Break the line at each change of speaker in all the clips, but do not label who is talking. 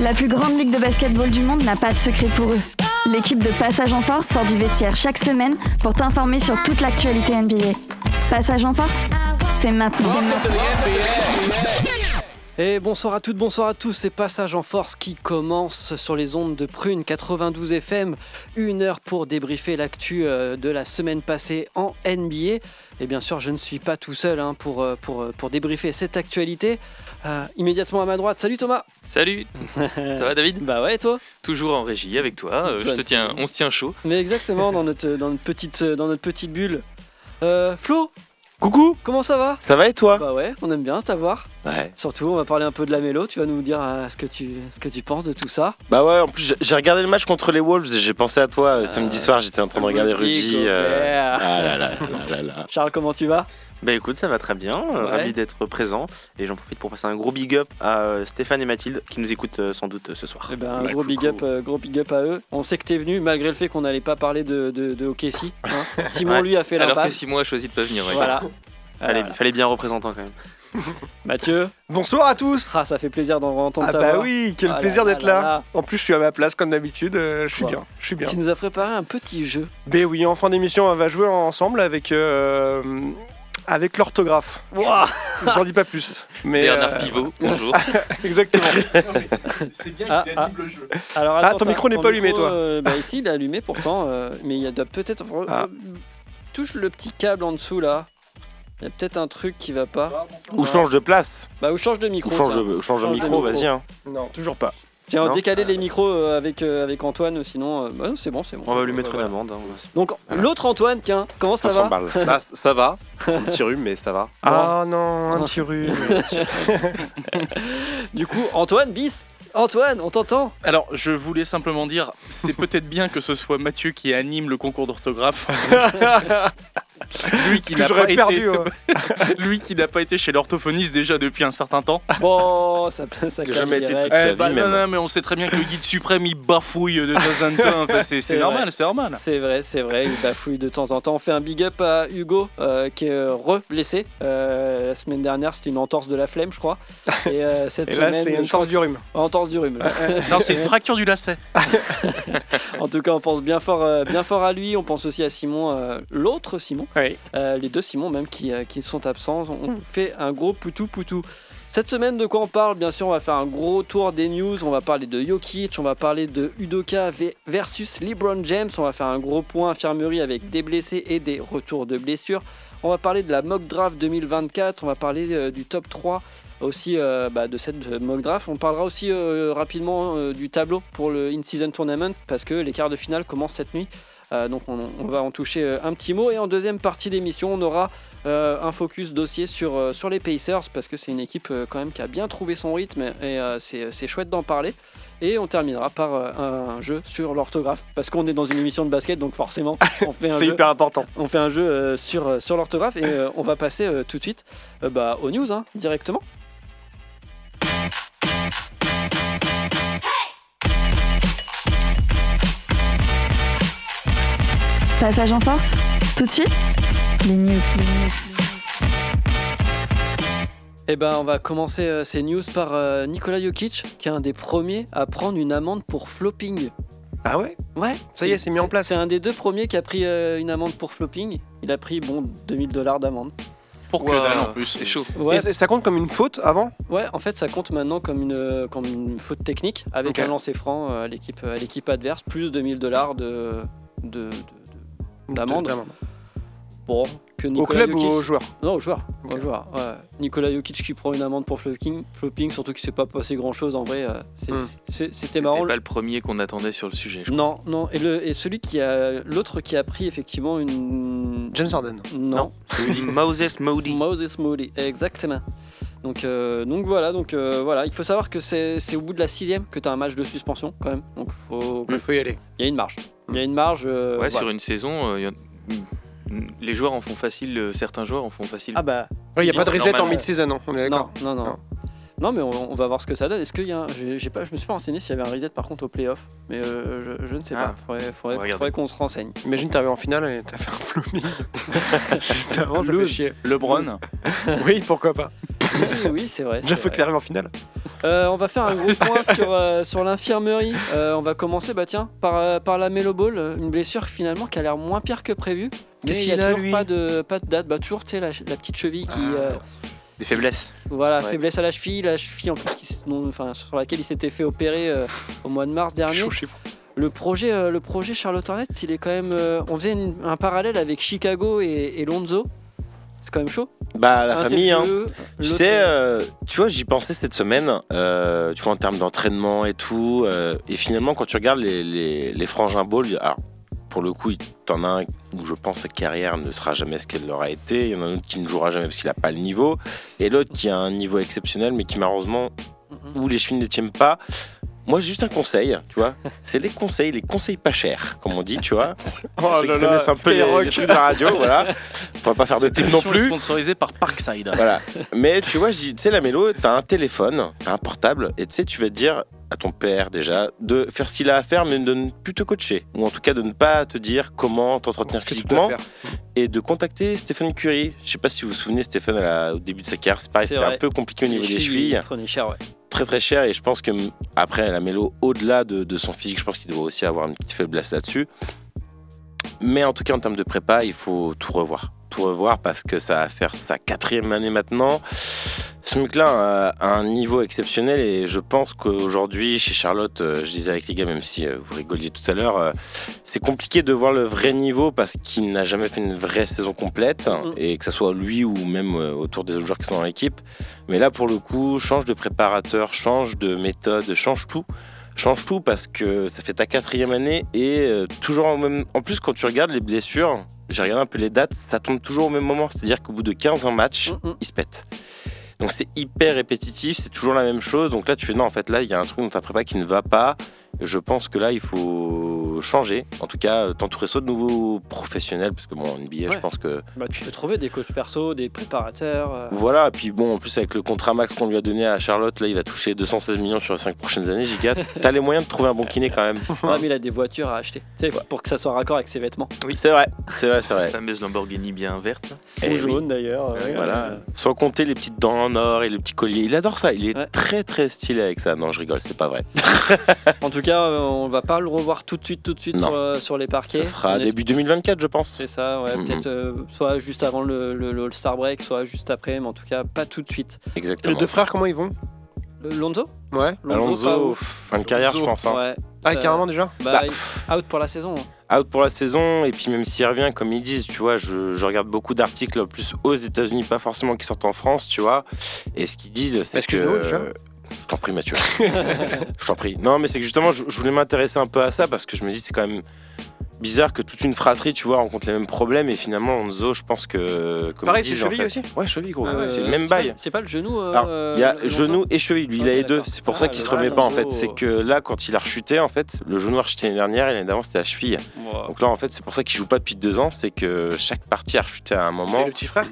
La plus grande ligue de basketball du monde n'a pas de secret pour eux. L'équipe de Passage en Force sort du vestiaire chaque semaine pour t'informer sur toute l'actualité NBA. Passage en Force, c'est maintenant.
Et bonsoir à toutes, bonsoir à tous, c'est Passage en Force qui commence sur les ondes de Prune 92 FM. Une heure pour débriefer l'actu euh, de la semaine passée en NBA. Et bien sûr, je ne suis pas tout seul hein, pour, pour, pour débriefer cette actualité. Euh, immédiatement à ma droite, salut Thomas
Salut Ça va David
Bah ouais, et toi
Toujours en régie avec toi, euh, je
Bonne
te tiens, on se tient chaud.
Mais exactement, dans notre, dans notre, petite, dans notre petite bulle. Euh, Flo,
Coucou,
comment ça va
ça va et toi
Bah ouais, on aime bien t'avoir.
Ouais.
Surtout, on va parler un peu de la mélo, tu vas nous dire euh, ce, que tu, ce que tu penses de tout ça.
Bah ouais, en plus j'ai- j'ai regardé le match contre les Wolves et j'ai pensé à toi euh, samedi soir, j'étais en train de regarder
Rudy,
Rudy. euh,
Gobert.
Ah là là là là là.
Charles, comment tu vas
Bah écoute, ça va très bien, euh,
Ouais.
ravi d'être présent et j'en profite pour passer un gros big up à euh, Stéphane et Mathilde qui nous écoutent euh, sans doute euh, ce soir.
Eh ben, un
Bah,
gros big,
coucou.
up, euh, gros big up à eux. On sait que t'es venu malgré le fait qu'on n'allait pas parler de, de, de OKC, hein. Simon,
Ouais.
lui, a fait
Alors que
l'impasse.
Simon a choisi de pas venir. ouais.
Voilà.
Fallait,
Voilà.
fallait bien représentant quand même.
Mathieu,
Bonsoir à tous
ah, ça fait plaisir d'en entendre
Ah
ta
bah
voix.
oui, quel
Ah
plaisir
là
d'être
là
là,
là.
En plus, je suis à ma place comme d'habitude, euh, je suis
Voilà.
bien, je suis bien.
Tu nous as préparé un petit jeu.
Mais oui, en fin d'émission, on va jouer ensemble avec, euh, avec l'orthographe. Je vous en dis pas plus. Mais,
Bernard
euh,
Pivot, bonjour.
Exactement.
C'est bien
Ah,
qu'il
ah.
anime le jeu.
Alors,
Ah,
attends,
ton
t'as-
micro n'est pas allumé,
micro,
toi.
euh, bah, ici, il est allumé pourtant, euh, mais il doit peut-être.
Ah.
Touche le petit câble en dessous là. Il y a peut-être un truc qui va pas.
Bah.
Ou change de place,
Bah, ou change de micro.
ou change
tiens.
de, ou change de
Change de
micro,
micro.
vas-y. hein.
Non, toujours pas.
Tiens,
Non.
décaler les micros euh, avec, euh, avec Antoine, sinon. euh, bah, non, c'est bon, c'est bon.
On va lui mettre une
Voilà.
amende. hein.
Donc, l'autre Antoine, tiens, comment ça va
500 balles.
ça,
Bah,
va.
Un petit rhume, mais ça va.
Ah non, un petit rhume.
Du coup, Antoine, bis Antoine, on t'entend
Alors, je voulais simplement dire, c'est peut-être bien que ce soit Mathieu qui anime le concours d'orthographe. lui
Parce
qui
que
n'a pas
j'aurais
été,
perdu. euh. ouais.
hein.
lui qui n'a pas été chez l'orthophoniste déjà depuis un certain temps.
Bon, ça, ça
J'ai
claque
jamais été
direct.
toute sa
Eh, bah,
vie,
non,
même.
non, mais on sait très bien que le guide suprême il bafouille de temps en temps. Enfin, c'est, c'est
C'est vrai.
normal, c'est normal.
C'est vrai, c'est vrai, il bafouille de temps en temps. On fait un big up à Hugo euh, qui est euh, re-blessé. Euh, la semaine dernière, c'était une entorse de la flemme, je crois. Et euh, cette
Et là,
semaine,
c'est
je
une
crois
torse du rhume.
que- entorse du rhume. là.
Non, c'est une fracture du lacet.
en tout cas, on pense bien fort, euh, bien fort à lui. On pense aussi à Simon, euh, l'autre Simon,
Oui.
Euh, les deux Simons même qui, euh, qui sont absents. On fait un gros poutou poutou. Cette semaine, de quoi on parle Bien sûr, on va faire un gros tour des news. On va parler de Jokic, on va parler de Udoka v- versus LeBron James. On va faire un gros point infirmerie avec des blessés et des retours de blessures. On va parler de la mock draft 2024. On va parler euh, du top 3 aussi euh, bah, de cette euh, mock draft. On parlera aussi euh, rapidement euh, du tableau pour le in-season tournament parce que les quarts de finale commencent cette nuit. Euh, donc on, on va en toucher euh, un petit mot. Et en deuxième partie d'émission, on aura euh, un focus dossier sur, euh, sur les Pacers parce que c'est une équipe euh, quand même qui a bien trouvé son rythme et euh, c'est c'est chouette d'en parler. Et on terminera par euh, un, un jeu sur l'orthographe parce qu'on est dans une émission de basket donc forcément on fait un
C'est
jeu,
hyper important.
on fait un jeu euh, sur, euh, sur l'orthographe et euh, on va passer euh, tout de suite euh, bah, aux news hein, directement.
Passage en Force, tout de suite, les news.
Et ben on va commencer euh, ces news par euh, Nikola Jokic qui est un des premiers à prendre une amende pour flopping.
Ah ouais
Ouais.
Ça y est, c'est mis en place.
C'est un des deux premiers qui a pris euh, une amende pour flopping. Il a pris, bon, 2000 dollars d'amende.
Pour que
Ouah,
dalle en plus.
C'est chaud.
Ouais,
Et c- ça compte comme une faute avant
ouais, en fait, ça compte maintenant comme une, euh, comme une faute technique avec
Ok.
un lancer franc euh, à l'équipe à l'équipe adverse, plus 2000 dollars de. de, de- de- D'amende. Bon, que
Au
Nikola
club ou
Jokic.
aux joueurs
Non, au joueur.
Ok.
Au joueur ouais. Nikola Jokic qui prend une amende pour flopping, flopping surtout qu'il s'est pas passé grand chose en vrai. euh, c'est-
Hmm.
c'est- C'était
C'était
marrant.
pas le premier qu'on attendait sur le sujet. je
Non, non. Et, le, et celui qui a. L'autre qui a pris effectivement une.
James Harden.
non.
Moses Modi.
Moses Moody, exactement. Donc, euh, donc voilà, donc euh, voilà, il faut savoir que c'est c'est au bout de la sixième que tu as un match de suspension quand même. Donc faut- il
Il faut y aller.
y a une marge. Il y a une marge. euh,
crois. Ouais,
voilà.
sur une saison, euh, y en- les joueurs en font facile, euh, certains joueurs en font facile.
Ah bah
Il n'y a
Il
pas de
est
reset en
normal.
mid-season, hein, on est
non,
d'accord.
non, non,
Non.
Non, mais on, on va voir ce que ça donne. Est-ce qu'il y a un... j'ai, j'ai pas, je me suis pas renseigné s'il y avait un reset par contre au playoff, mais euh, je, je ne sais
Ah.
pas. Faudrait, faudrait-
regarder.
faudrait qu'on se renseigne.
Imagine, t'arrives en finale et t'as fait un flopping. Juste avant, ça
Le-
fait chier.
Lebron.
Oui, pourquoi pas.
oui, oui, c'est vrai.
Déjà,
c'est
faut
vrai.
qu'il arrive en finale.
Oh
Euh, on va faire un gros point sur, euh, sur l'infirmerie. Euh, on va commencer bah, tiens, par, euh, par la Melo Ball, euh, une blessure finalement qui a l'air moins pire que prévu. Mais
Qu'est-ce
il y a
qu'il a,
toujours
lui
pas de, pas de date. Bah, toujours tu sais, la, la petite cheville qui. euh,
Des faiblesses.
voilà,
Ouais.
faiblesse à la cheville, la cheville en plus qui s- non, enfin, sur laquelle il s'était fait opérer euh, au mois de mars dernier.
Chaud chez vous.
Le projet, euh, le projet Charlotte Hornets, il est quand même. euh, on faisait une- un parallèle avec Chicago et, et Lonzo. C'est quand même chaud.
Bah, la
Un, Ah, c'est
famille,
le
hein.
jeu,
Tu
l'autre,
sais,
euh,
euh, tu vois, j'y pensais cette semaine, euh, tu vois, en termes d'entraînement et tout. euh, et finalement, quand tu regardes les, les, les frangins ball, il y a- alors, pour le coup, il- t'en as un où je pense sa carrière ne sera jamais ce qu'elle aura été. Il y en a un autre qui ne jouera jamais parce qu'il n'a pas le niveau. Et l'autre qui a un niveau exceptionnel, mais qui malheureusement, où les cheveux ne les tiennent pas. Moi, j'ai juste un conseil, tu vois. C'est les conseils, les conseils pas chers, comme on dit, tu vois. Pour
Oh
ceux
là
qui
là,
connaissent un peu les,
Skyrock.
les trucs de la radio, voilà. Faut pas faire de pub non plus.
Sponsorisé par Parkside.
Voilà. Mais tu vois, je dis, tu sais, la mélo, t'as un téléphone, t'as un portable, et tu sais, tu vas te dire à ton père déjà de faire ce qu'il a à faire, mais de ne plus te coacher. Ou en tout cas, de ne pas te dire comment t'entretenir
Ce que tu
physiquement,
dois faire.
et de contacter Stephen Curry. Je sais pas si vous vous souvenez, Stephen, à la- au début de sa carrière, c'est pareil,
C'est
c'était
vrai.
un peu compliqué au niveau
les
des chevilles.
ils prenaient cher, ouais.
Très très cher, et je pense que m- après, la mélo, au-delà de, de son physique, je pense qu'il doit aussi avoir une petite faiblesse là-dessus. Mais en tout cas, en termes de prépa, il faut tout revoir. Tout revoir parce que ça va faire sa quatrième année maintenant. Ce mec-là a un niveau exceptionnel et je pense qu'aujourd'hui, chez Charlotte, euh, je disais avec les gars, même si euh, vous rigoliez tout à l'heure, euh, c'est compliqué de voir le vrai niveau parce qu'il n'a jamais fait une vraie saison complète
Mhm.
et que ce soit lui ou même euh, autour des autres joueurs qui sont dans l'équipe. Mais là, pour le coup, change de préparateur, change de méthode, change tout change tout parce que ça fait ta quatrième année et euh, toujours en même. En plus, quand tu regardes les blessures, j'ai regardé un peu les dates, ça tombe toujours au même moment. C'est-à-dire qu'au bout de 15 ans match,
Mm, mm.
il se pète. Donc c'est hyper répétitif, c'est toujours la même chose. Donc là, tu fais non, en fait, là, il y a un truc dans ta prépa qui ne va pas. Je pense que là, il faut changer. En tout cas, euh, t'entourer soit de nouveaux professionnels, parce que bon, en NBA, je
Ouais.
pense que
Bah, tu peux trouver des coachs perso, des préparateurs. euh,
voilà, et puis bon, en plus avec le contrat max qu'on lui a donné à Charlotte, là il va toucher 216 millions sur les 5 prochaines années, Giga. T'as les moyens de trouver un bon kiné quand même.
Ah, mais il a des voitures à acheter tu sais, pour que ça soit raccord avec ses vêtements.
C'est vrai, c'est vrai, c'est vrai.
La fameuse Lamborghini bien verte.
Eh
Ou
oui.
jaune d'ailleurs. euh, ouais.
Voilà. Sans compter les petites dents en or et le petit collier. Il adore ça. Il est
Ouais.
très très stylé avec ça. Non, je rigole, c'est pas vrai.
En tout cas, euh, on va pas le revoir tout de suite, tout de suite
Non.
sur, euh, sur les parquets.
Ce sera
On est-
début 2024, je pense.
C'est ça, ouais,
Mhm.
peut-être euh, soit juste avant le, le- le All-Star Break, soit juste après, mais en tout cas pas tout de suite.
Les
Exactement.
deux frères, comment ils vont
Euh, Lonzo
Ouais.
pas
Alonso,
ouf.
fin de carrière, je
Alonso.
pense. hein.
Ouais.
Ah,
Ça-
carrément déjà
bah,
Bah.
il- Out pour la saison. hein.
Out pour la saison. Et puis, même s'il revient, comme ils disent, tu vois, je, je regarde beaucoup d'articles, en plus aux États-Unis, pas forcément qui sortent en France, tu vois. Et ce qu'ils disent, c'est que.
Excuse-nous, déjà.
Je t'en prie, Mathieu. je t'en prie. Non, mais c'est que justement, je, je voulais m'intéresser un peu à ça parce que je me dis, c'est quand même bizarre que toute une fratrie, tu vois, rencontre les mêmes problèmes. Et finalement, Onzo, je pense que. comme
Pareil,
ils disent,
c'est
en
cheville
fait-
aussi
Ouais, cheville, gros.
Ah ouais,
c'est le
euh,
même bail.
pas- C'est pas le genou. euh,
Alors,
euh,
Il y a
Lonzo
genou et cheville, lui il
Ok,
a les deux,
d'accord.
c'est pour
Ah,
ça qu'il
le
se remet pas en fait.
Alonso.
C'est que là, quand il a rechuté, en fait, le genou a rechuté l'année dernière et l'année d'avant c'était la cheville.
Ouah.
Donc là, en fait, c'est pour ça qu'il joue pas depuis deux ans, c'est que chaque partie a rechuté à un moment.
Et le petit frère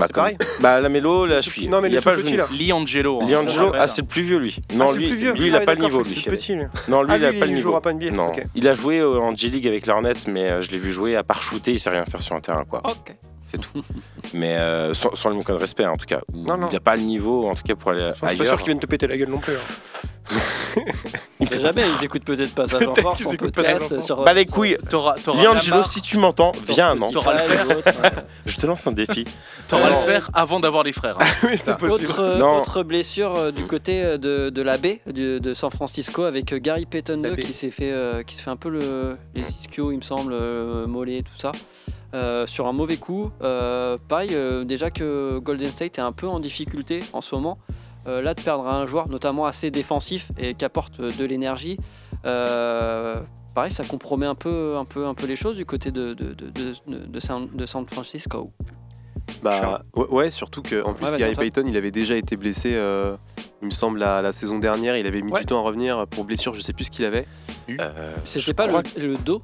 Bah,
C'est
comme-
pareil.
Bah, la mélo, la cheville.
Non, mais
il y
le
a pas le
petit
genou.
là.
Liangelo. hein, je
Liangelo,
rappelle.
ah, c'est le plus vieux lui.
Ah,
Non,
c'est
lui,
le plus vieux.
lui, il
Ah
a
oui,
pas le
d'accord,
niveau
je crois que
lui.
C'est le petit, lui.
Non, lui,
Ah,
il a
lui,
pas
il
le
jouera
niveau.
pas NBA.
Non.
ok.
Il a joué euh, en G League avec les Hornets, mais euh, je l'ai vu jouer à part shooter, il sait rien faire sur un terrain quoi.
Ok.
Mais euh, sans, sans le manque de respect hein, en tout cas.
Non, non.
Il a pas le niveau en tout cas pour aller
Je suis pas sûr
ailleurs.
qu'ils viennent te péter la gueule non plus. hein.
Il
Mais
fait-
jamais, ils écoutent peut-être pas ça.
Peut-être
Genre,
qu'ils
son
écoutent pas
podcast,
Jean Fort.
sur. euh,
Bah les
sur-
couilles,
T'auras t'auras
Liangelo,
la
si tu m'entends,
sur
viens à
Spotify,
Nantes.
les autres, euh,
Je te lance un défi.
marque, t'auras
Alors-
le père avant d'avoir les frères. hein.
oui, c'est possible.
Autre, euh,
Non.
autre blessure euh, du côté euh, de, de la baie du- de San Francisco avec euh, Gary Payton
La
2
baie.
qui s'est fait, euh, qui se fait un peu le, les ischios, il me semble, euh, mollet, tout ça. Euh, sur un mauvais coup, Euh, pareil, euh, déjà que Golden State est un peu en difficulté en ce moment. Euh, là, de perdre un joueur notamment assez défensif et qui apporte euh, de l'énergie, euh, pareil, ça compromet un peu, un peu, un peu les choses du côté de, de, de, de- de San, de San Francisco.
Bah, ouais, ouais, bah, surtout que en plus
vas-y,
Gary
Antoine.
Payton, il avait déjà été blessé, euh, il me semble, la, la saison dernière. Il avait mis
Ouais.
du temps à revenir pour blessure, je sais plus ce qu'il avait.
Euh, je
C'était pas
crois
le, le dos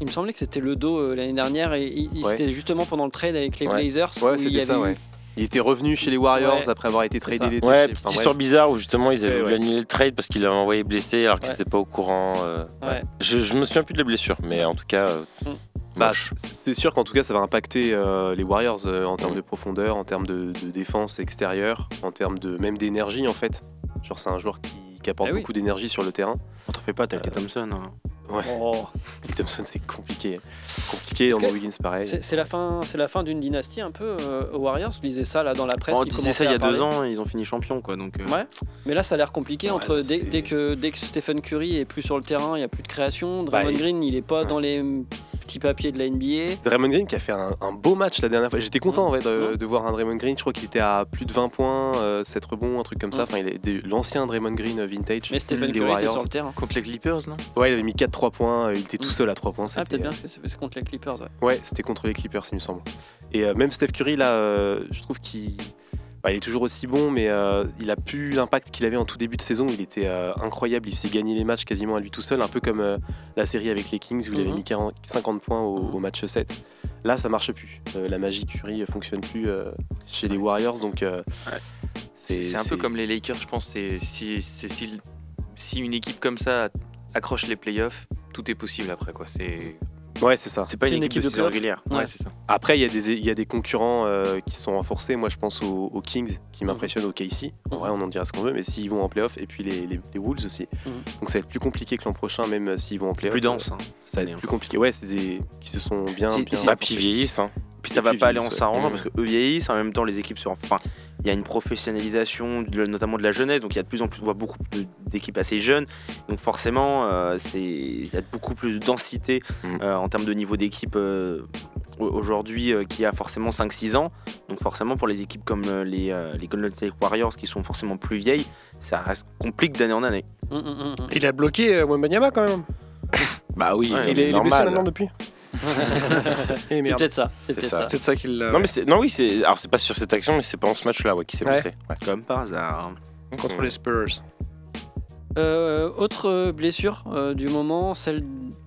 Il me semblait que c'était le dos euh, l'année dernière et il- il-
Ouais.
c'était justement pendant le trade avec les
Ouais.
Blazers
Ouais,
où il y
c'était
avait
ça,
eu
ouais. Il était revenu chez les Warriors
Ouais.
après avoir été tradé
ça.
l'été.
Ouais,
chez-
petite
enfin, bref.
histoire bizarre où justement ils avaient
Ouais,
voulu
ouais.
annuler le trade parce qu'il l'avait envoyé blessé alors qu'il
Ouais.
n'était pas au courant. euh, ouais.
Ouais.
Je, je me souviens plus de la blessure, mais en tout cas. euh,
Mm.
Bah,
moche.
c'est sûr qu'en tout cas, ça va impacter euh, les Warriors euh, en termes de profondeur, en termes de, de défense extérieure, en termes de même d'énergie en fait. Genre, c'est un joueur qui, qui apporte
Eh oui.
beaucoup d'énergie sur le terrain.
On t'en fait pas, t'as le Thompson. hein.
Oh.
Bill Thompson, c'est compliqué. Compliqué,
Parce
Andrew
que
Wiggins, pareil.
C'est c'est la fin, c'est la fin d'une dynastie un peu euh, aux Warriors. Je lisais ça là dans la presse.
On
qui
disait ça
commençait
il y
à
a deux
parler.
ans, ils ont fini champion quoi. Donc, euh,
Ouais. Mais là, ça a l'air compliqué
Ouais,
entre dès,
c'est-
dès que dès que Stephen Curry est plus sur le terrain, il y a plus de création. Draymond
il-
Green, il est pas
Ouais.
dans les petits papiers de la NBA.
Draymond Green qui a fait un, un beau match la dernière fois. J'étais content en vrai, de, de voir un Draymond Green. Je crois qu'il était à plus de 20 points, euh, 7 rebonds, un truc comme ça.
Mm.
Enfin, il est des- l'ancien Draymond Green euh, vintage.
Mais Stephen
des
Curry était
Warriors.
sur le terrain.
Contre les Clippers, non
Ouais, il avait mis 4-3 points. euh, Il était tout
Mm.
seul à 3 points.
Ah,
c'était- euh,
peut-être bien, c'est- c'est contre les Clippers. Ouais.
Ouais, c'était contre les Clippers, il me semble. Et euh, même Steph Curry, là, euh, je trouve qu'il bah, il est toujours aussi bon, mais euh, il a plus l'impact qu'il avait en tout début de saison. Il était euh, incroyable, il faisait gagner les matchs quasiment à lui tout seul, un peu comme euh, la série avec les Kings où il avait
Mhm.
mis 40 50 points au,
Mhm.
au match 7. Là, ça marche plus. Euh, la magie Curry euh, fonctionne plus euh, chez les Warriors, donc euh,
Ouais. C'est c'est un peu comme les Lakers, je pense. c'est- Si, c'est- si, si une équipe comme ça accroche les playoffs, tout est possible après. quoi. C'est
Ouais, c'est ça.
C'est pas
C'est
une, équipe, de saison
playoff.
régulière.
Ouais.
ouais. c'est ça.
Après, il y, a des- il y a des concurrents euh, qui sont renforcés. Moi, je pense aux, aux Kings
Mhm.
qui m'impressionnent, aux KC. En vrai, on en dira ce qu'on veut, mais s'ils vont en playoff, et puis les, les- les Wolves aussi.
Mhm.
Donc, ça va être plus compliqué que l'an prochain, même euh, s'ils vont en playoff.
Plus dense. hein.
euh, Ça va être plus compliqué. Ouais, c'est des qui se sont bien.
C'est-
bien
c'est-
Bah,
renforcés.
puis ils vieillissent. hein.
Puis ça
Et
va
puis
pas
ils
aller en
vieillissent,
s'arrangeant
Mmh.
ouais.
parce que eux vieillissent. En même temps, les équipes se. Enfin, il y a une professionnalisation, de- notamment de la jeunesse. Donc il y a de plus en plus, on voit beaucoup de- d'équipes assez jeunes. Donc forcément, euh, c'est il y a beaucoup plus de densité
Mmh.
Mm.
euh, en termes de niveau d'équipe euh, au- aujourd'hui euh, qui a forcément 5-6 ans. Donc forcément, pour les équipes comme euh, les, euh, les Golden State Warriors qui sont forcément plus vieilles, ça reste complique d'année en année.
Hum, hum, hum, hum.
Il a bloqué euh, Wembanyama quand même.
Bah oui,
Ouais,
il, est, il est blessé
normal.
maintenant depuis. Et
C'est
merde.
peut-être ça. C'est peut-être
ça.
ça.
C'est peut-être ça qu'il euh, l'a.
Non, mais c'est- non, oui, c'est. Alors, c'est pas sur cette action, mais c'est pendant ce match-là ouais, qu'il s'est
Ouais.
blessé. Ouais.
Comme par hasard.
contre les Spurs.
Euh, autre euh, blessure euh, du moment, celle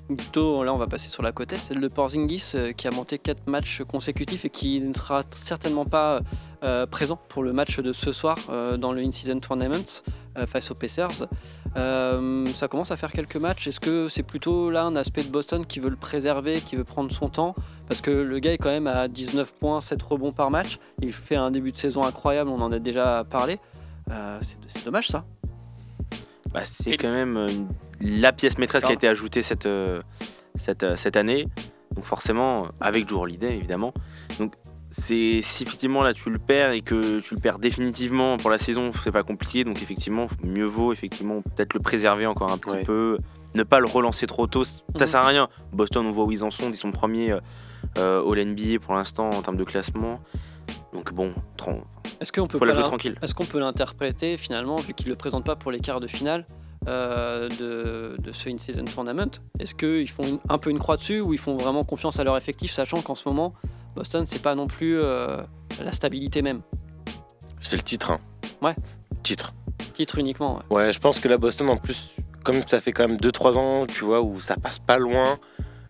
plutôt, là on va passer sur la côte est, celle de Porzingis euh, qui a monté 4 matchs consécutifs et qui ne sera t- certainement pas euh, présent pour le match de ce soir euh, dans le In-Season Tournament euh, face aux Pacers. Euh, ça commence à faire quelques matchs, est-ce que c'est plutôt là un aspect de Boston qui veut le préserver, qui veut prendre son temps Parce que le gars est quand même à 19 points, 7 rebonds par match, il fait un début de saison incroyable, on en a déjà parlé. Euh, c'est- c'est dommage ça.
Bah, c'est
Et-
quand même euh, une- la pièce maîtresse qui a
Grave.
été ajoutée cette, euh, cette, euh, cette année. Donc forcément, euh, avec Joe Holiday, évidemment. Donc c'est si effectivement là tu le perds et que tu le perds définitivement pour la saison, c'est pas compliqué. Donc effectivement, mieux vaut effectivement peut-être le préserver encore un petit
Ouais.
peu, ne pas le relancer trop tôt. Ça
Mhm.
sert à rien. Boston, on voit où ils en sont. Ils sont premiers euh, euh, au NBA pour l'instant en termes de classement. Donc bon, tran-
Est-ce qu'on peut
faut la
pas
jouer
l'in-
tranquille.
Est-ce qu'on peut l'interpréter finalement, vu qu'il ne le présente pas pour les quarts de finale euh, de, de ce in-season tournament Est-ce qu'ils font une- un peu une croix dessus ou ils font vraiment confiance à leur effectif, sachant qu'en ce moment, Boston, c'est pas non plus euh, la stabilité même.
C'est le titre. hein.
Ouais.
Titre.
Titre uniquement. ouais.
Ouais, je pense que la Boston, en plus, comme ça fait quand même 2-3 ans, tu vois, où ça passe pas loin.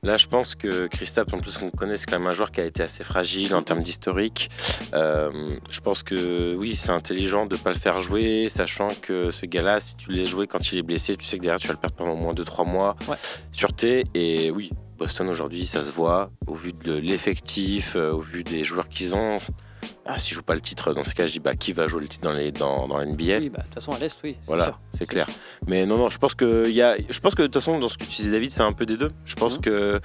Là, je pense que Christophe, en plus qu'on connaît, c'est quand même un joueur qui a été assez fragile en termes d'historique. Euh, je pense que oui, c'est intelligent de pas le faire jouer, sachant que ce gars-là, si tu l'as joué quand il est blessé, tu sais que derrière, tu vas le perdre pendant au moins 2-3 mois.
Ouais.
Sûreté, et oui, Boston aujourd'hui, ça se voit, au vu de l'effectif, euh, au vu des joueurs qu'ils ont. Ah, si je joue pas le titre, dans ce cas, je dis bah, qui va jouer le titre dans, les, dans, dans la NBA
Oui, bah, de toute façon, à l'Est, oui. c'est sûr.
voilà, c'est clair. Mais non, non, je pense que y a, je pense que de toute façon, dans ce que tu disais, David, c'est un peu des deux. Je pense
Mhm.
que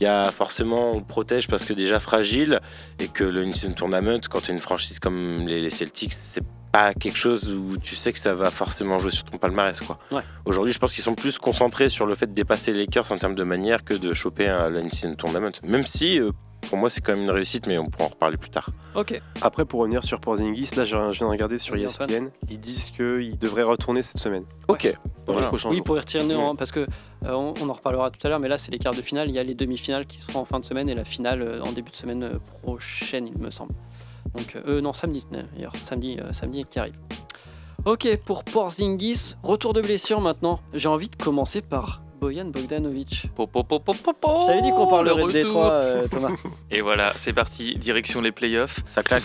il y a forcément, on le protège parce que déjà fragile et que le Nissan Tournament, quand tu une franchise comme les, les Celtics, c'est pas quelque chose où tu sais que ça va forcément jouer sur ton palmarès, quoi.
Ouais.
Aujourd'hui, je pense qu'ils sont plus concentrés sur le fait de dépasser les Lakers en termes de manière que de choper un, le Nissan Tournament. Même si, euh, pour moi, c'est quand même une réussite, mais on pourra en reparler plus tard.
Ok.
Après, pour revenir sur Porzingis, là, je je viens de regarder sur E
Vas-y, Antoine.
ESPN. Ils disent qu'il devrait retourner cette semaine.
Ok.
Dans
Voilà.
les prochains
Oui,
jours.
pour y retirer, hein, parce que euh, on, on en reparlera tout à l'heure, mais là, c'est les quarts de finale. Il y a les demi-finales qui seront en fin de semaine et la finale euh, en début de semaine euh, prochaine, il me semble. Donc, euh, euh, non, samedi, d'ailleurs, samedi, euh, samedi qui arrive. Ok, pour Porzingis, retour de blessure maintenant. J'ai envie de commencer par Boyan Bogdanovic.
Po, po, po, po, po, po,
Je t'avais dit qu'on parlerait
Oh, le
de
retour.
Détroit, euh, Thomas.
Et voilà, c'est parti, direction les playoffs.
Ça claque.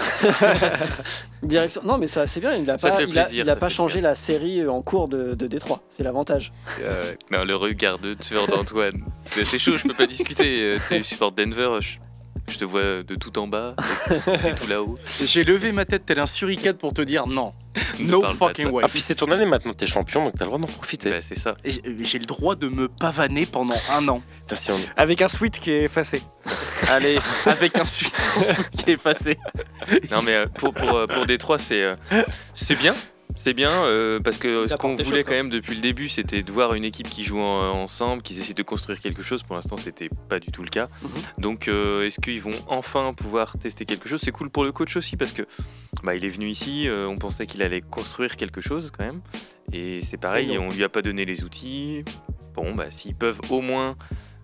Direction. Non, mais ça, c'est bien. Il n'a
Ça
pas,
fait
il a-
plaisir,
il a
ça
pas
fait
changé la série euh, en cours de, de Détroit. C'est l'avantage.
Euh, non, le regard de tueur d'Antoine. Mais C'est chaud, je peux pas discuter. Euh, T'es support Denver, je, je te vois de tout en bas, et tout là-haut.
J'ai levé ma tête tel un suricate pour te dire non.
Ne
No
parle pas de
fucking
ça.
way.
Ah, puis c'est ton année maintenant, t'es champion, donc t'as le droit d'en profiter.
Bah, c'est ça.
Et j'ai- J'ai le droit de me pavaner pendant un an.
Putain, si on-
Avec un sweat qui est effacé.
Allez, avec un sujet qui est passé.
Non, mais euh, pour, pour, euh, pour Détroit, c'est euh, c'est bien. C'est bien euh, parce que
Il
ce qu'on
apporte des
voulait
choses,
quand même depuis le début, c'était de voir une équipe qui joue en- ensemble, qu'ils essaient de construire quelque chose. Pour l'instant, c'était pas du tout le cas.
Mhm.
Donc, euh, est-ce qu'ils vont enfin pouvoir tester quelque chose C'est cool pour le coach aussi parce que bah, il est venu ici. euh, on pensait qu'il allait construire quelque chose quand même, et c'est pareil.
Et non.
on lui a pas donné les outils. Bon, bah, s'ils peuvent au moins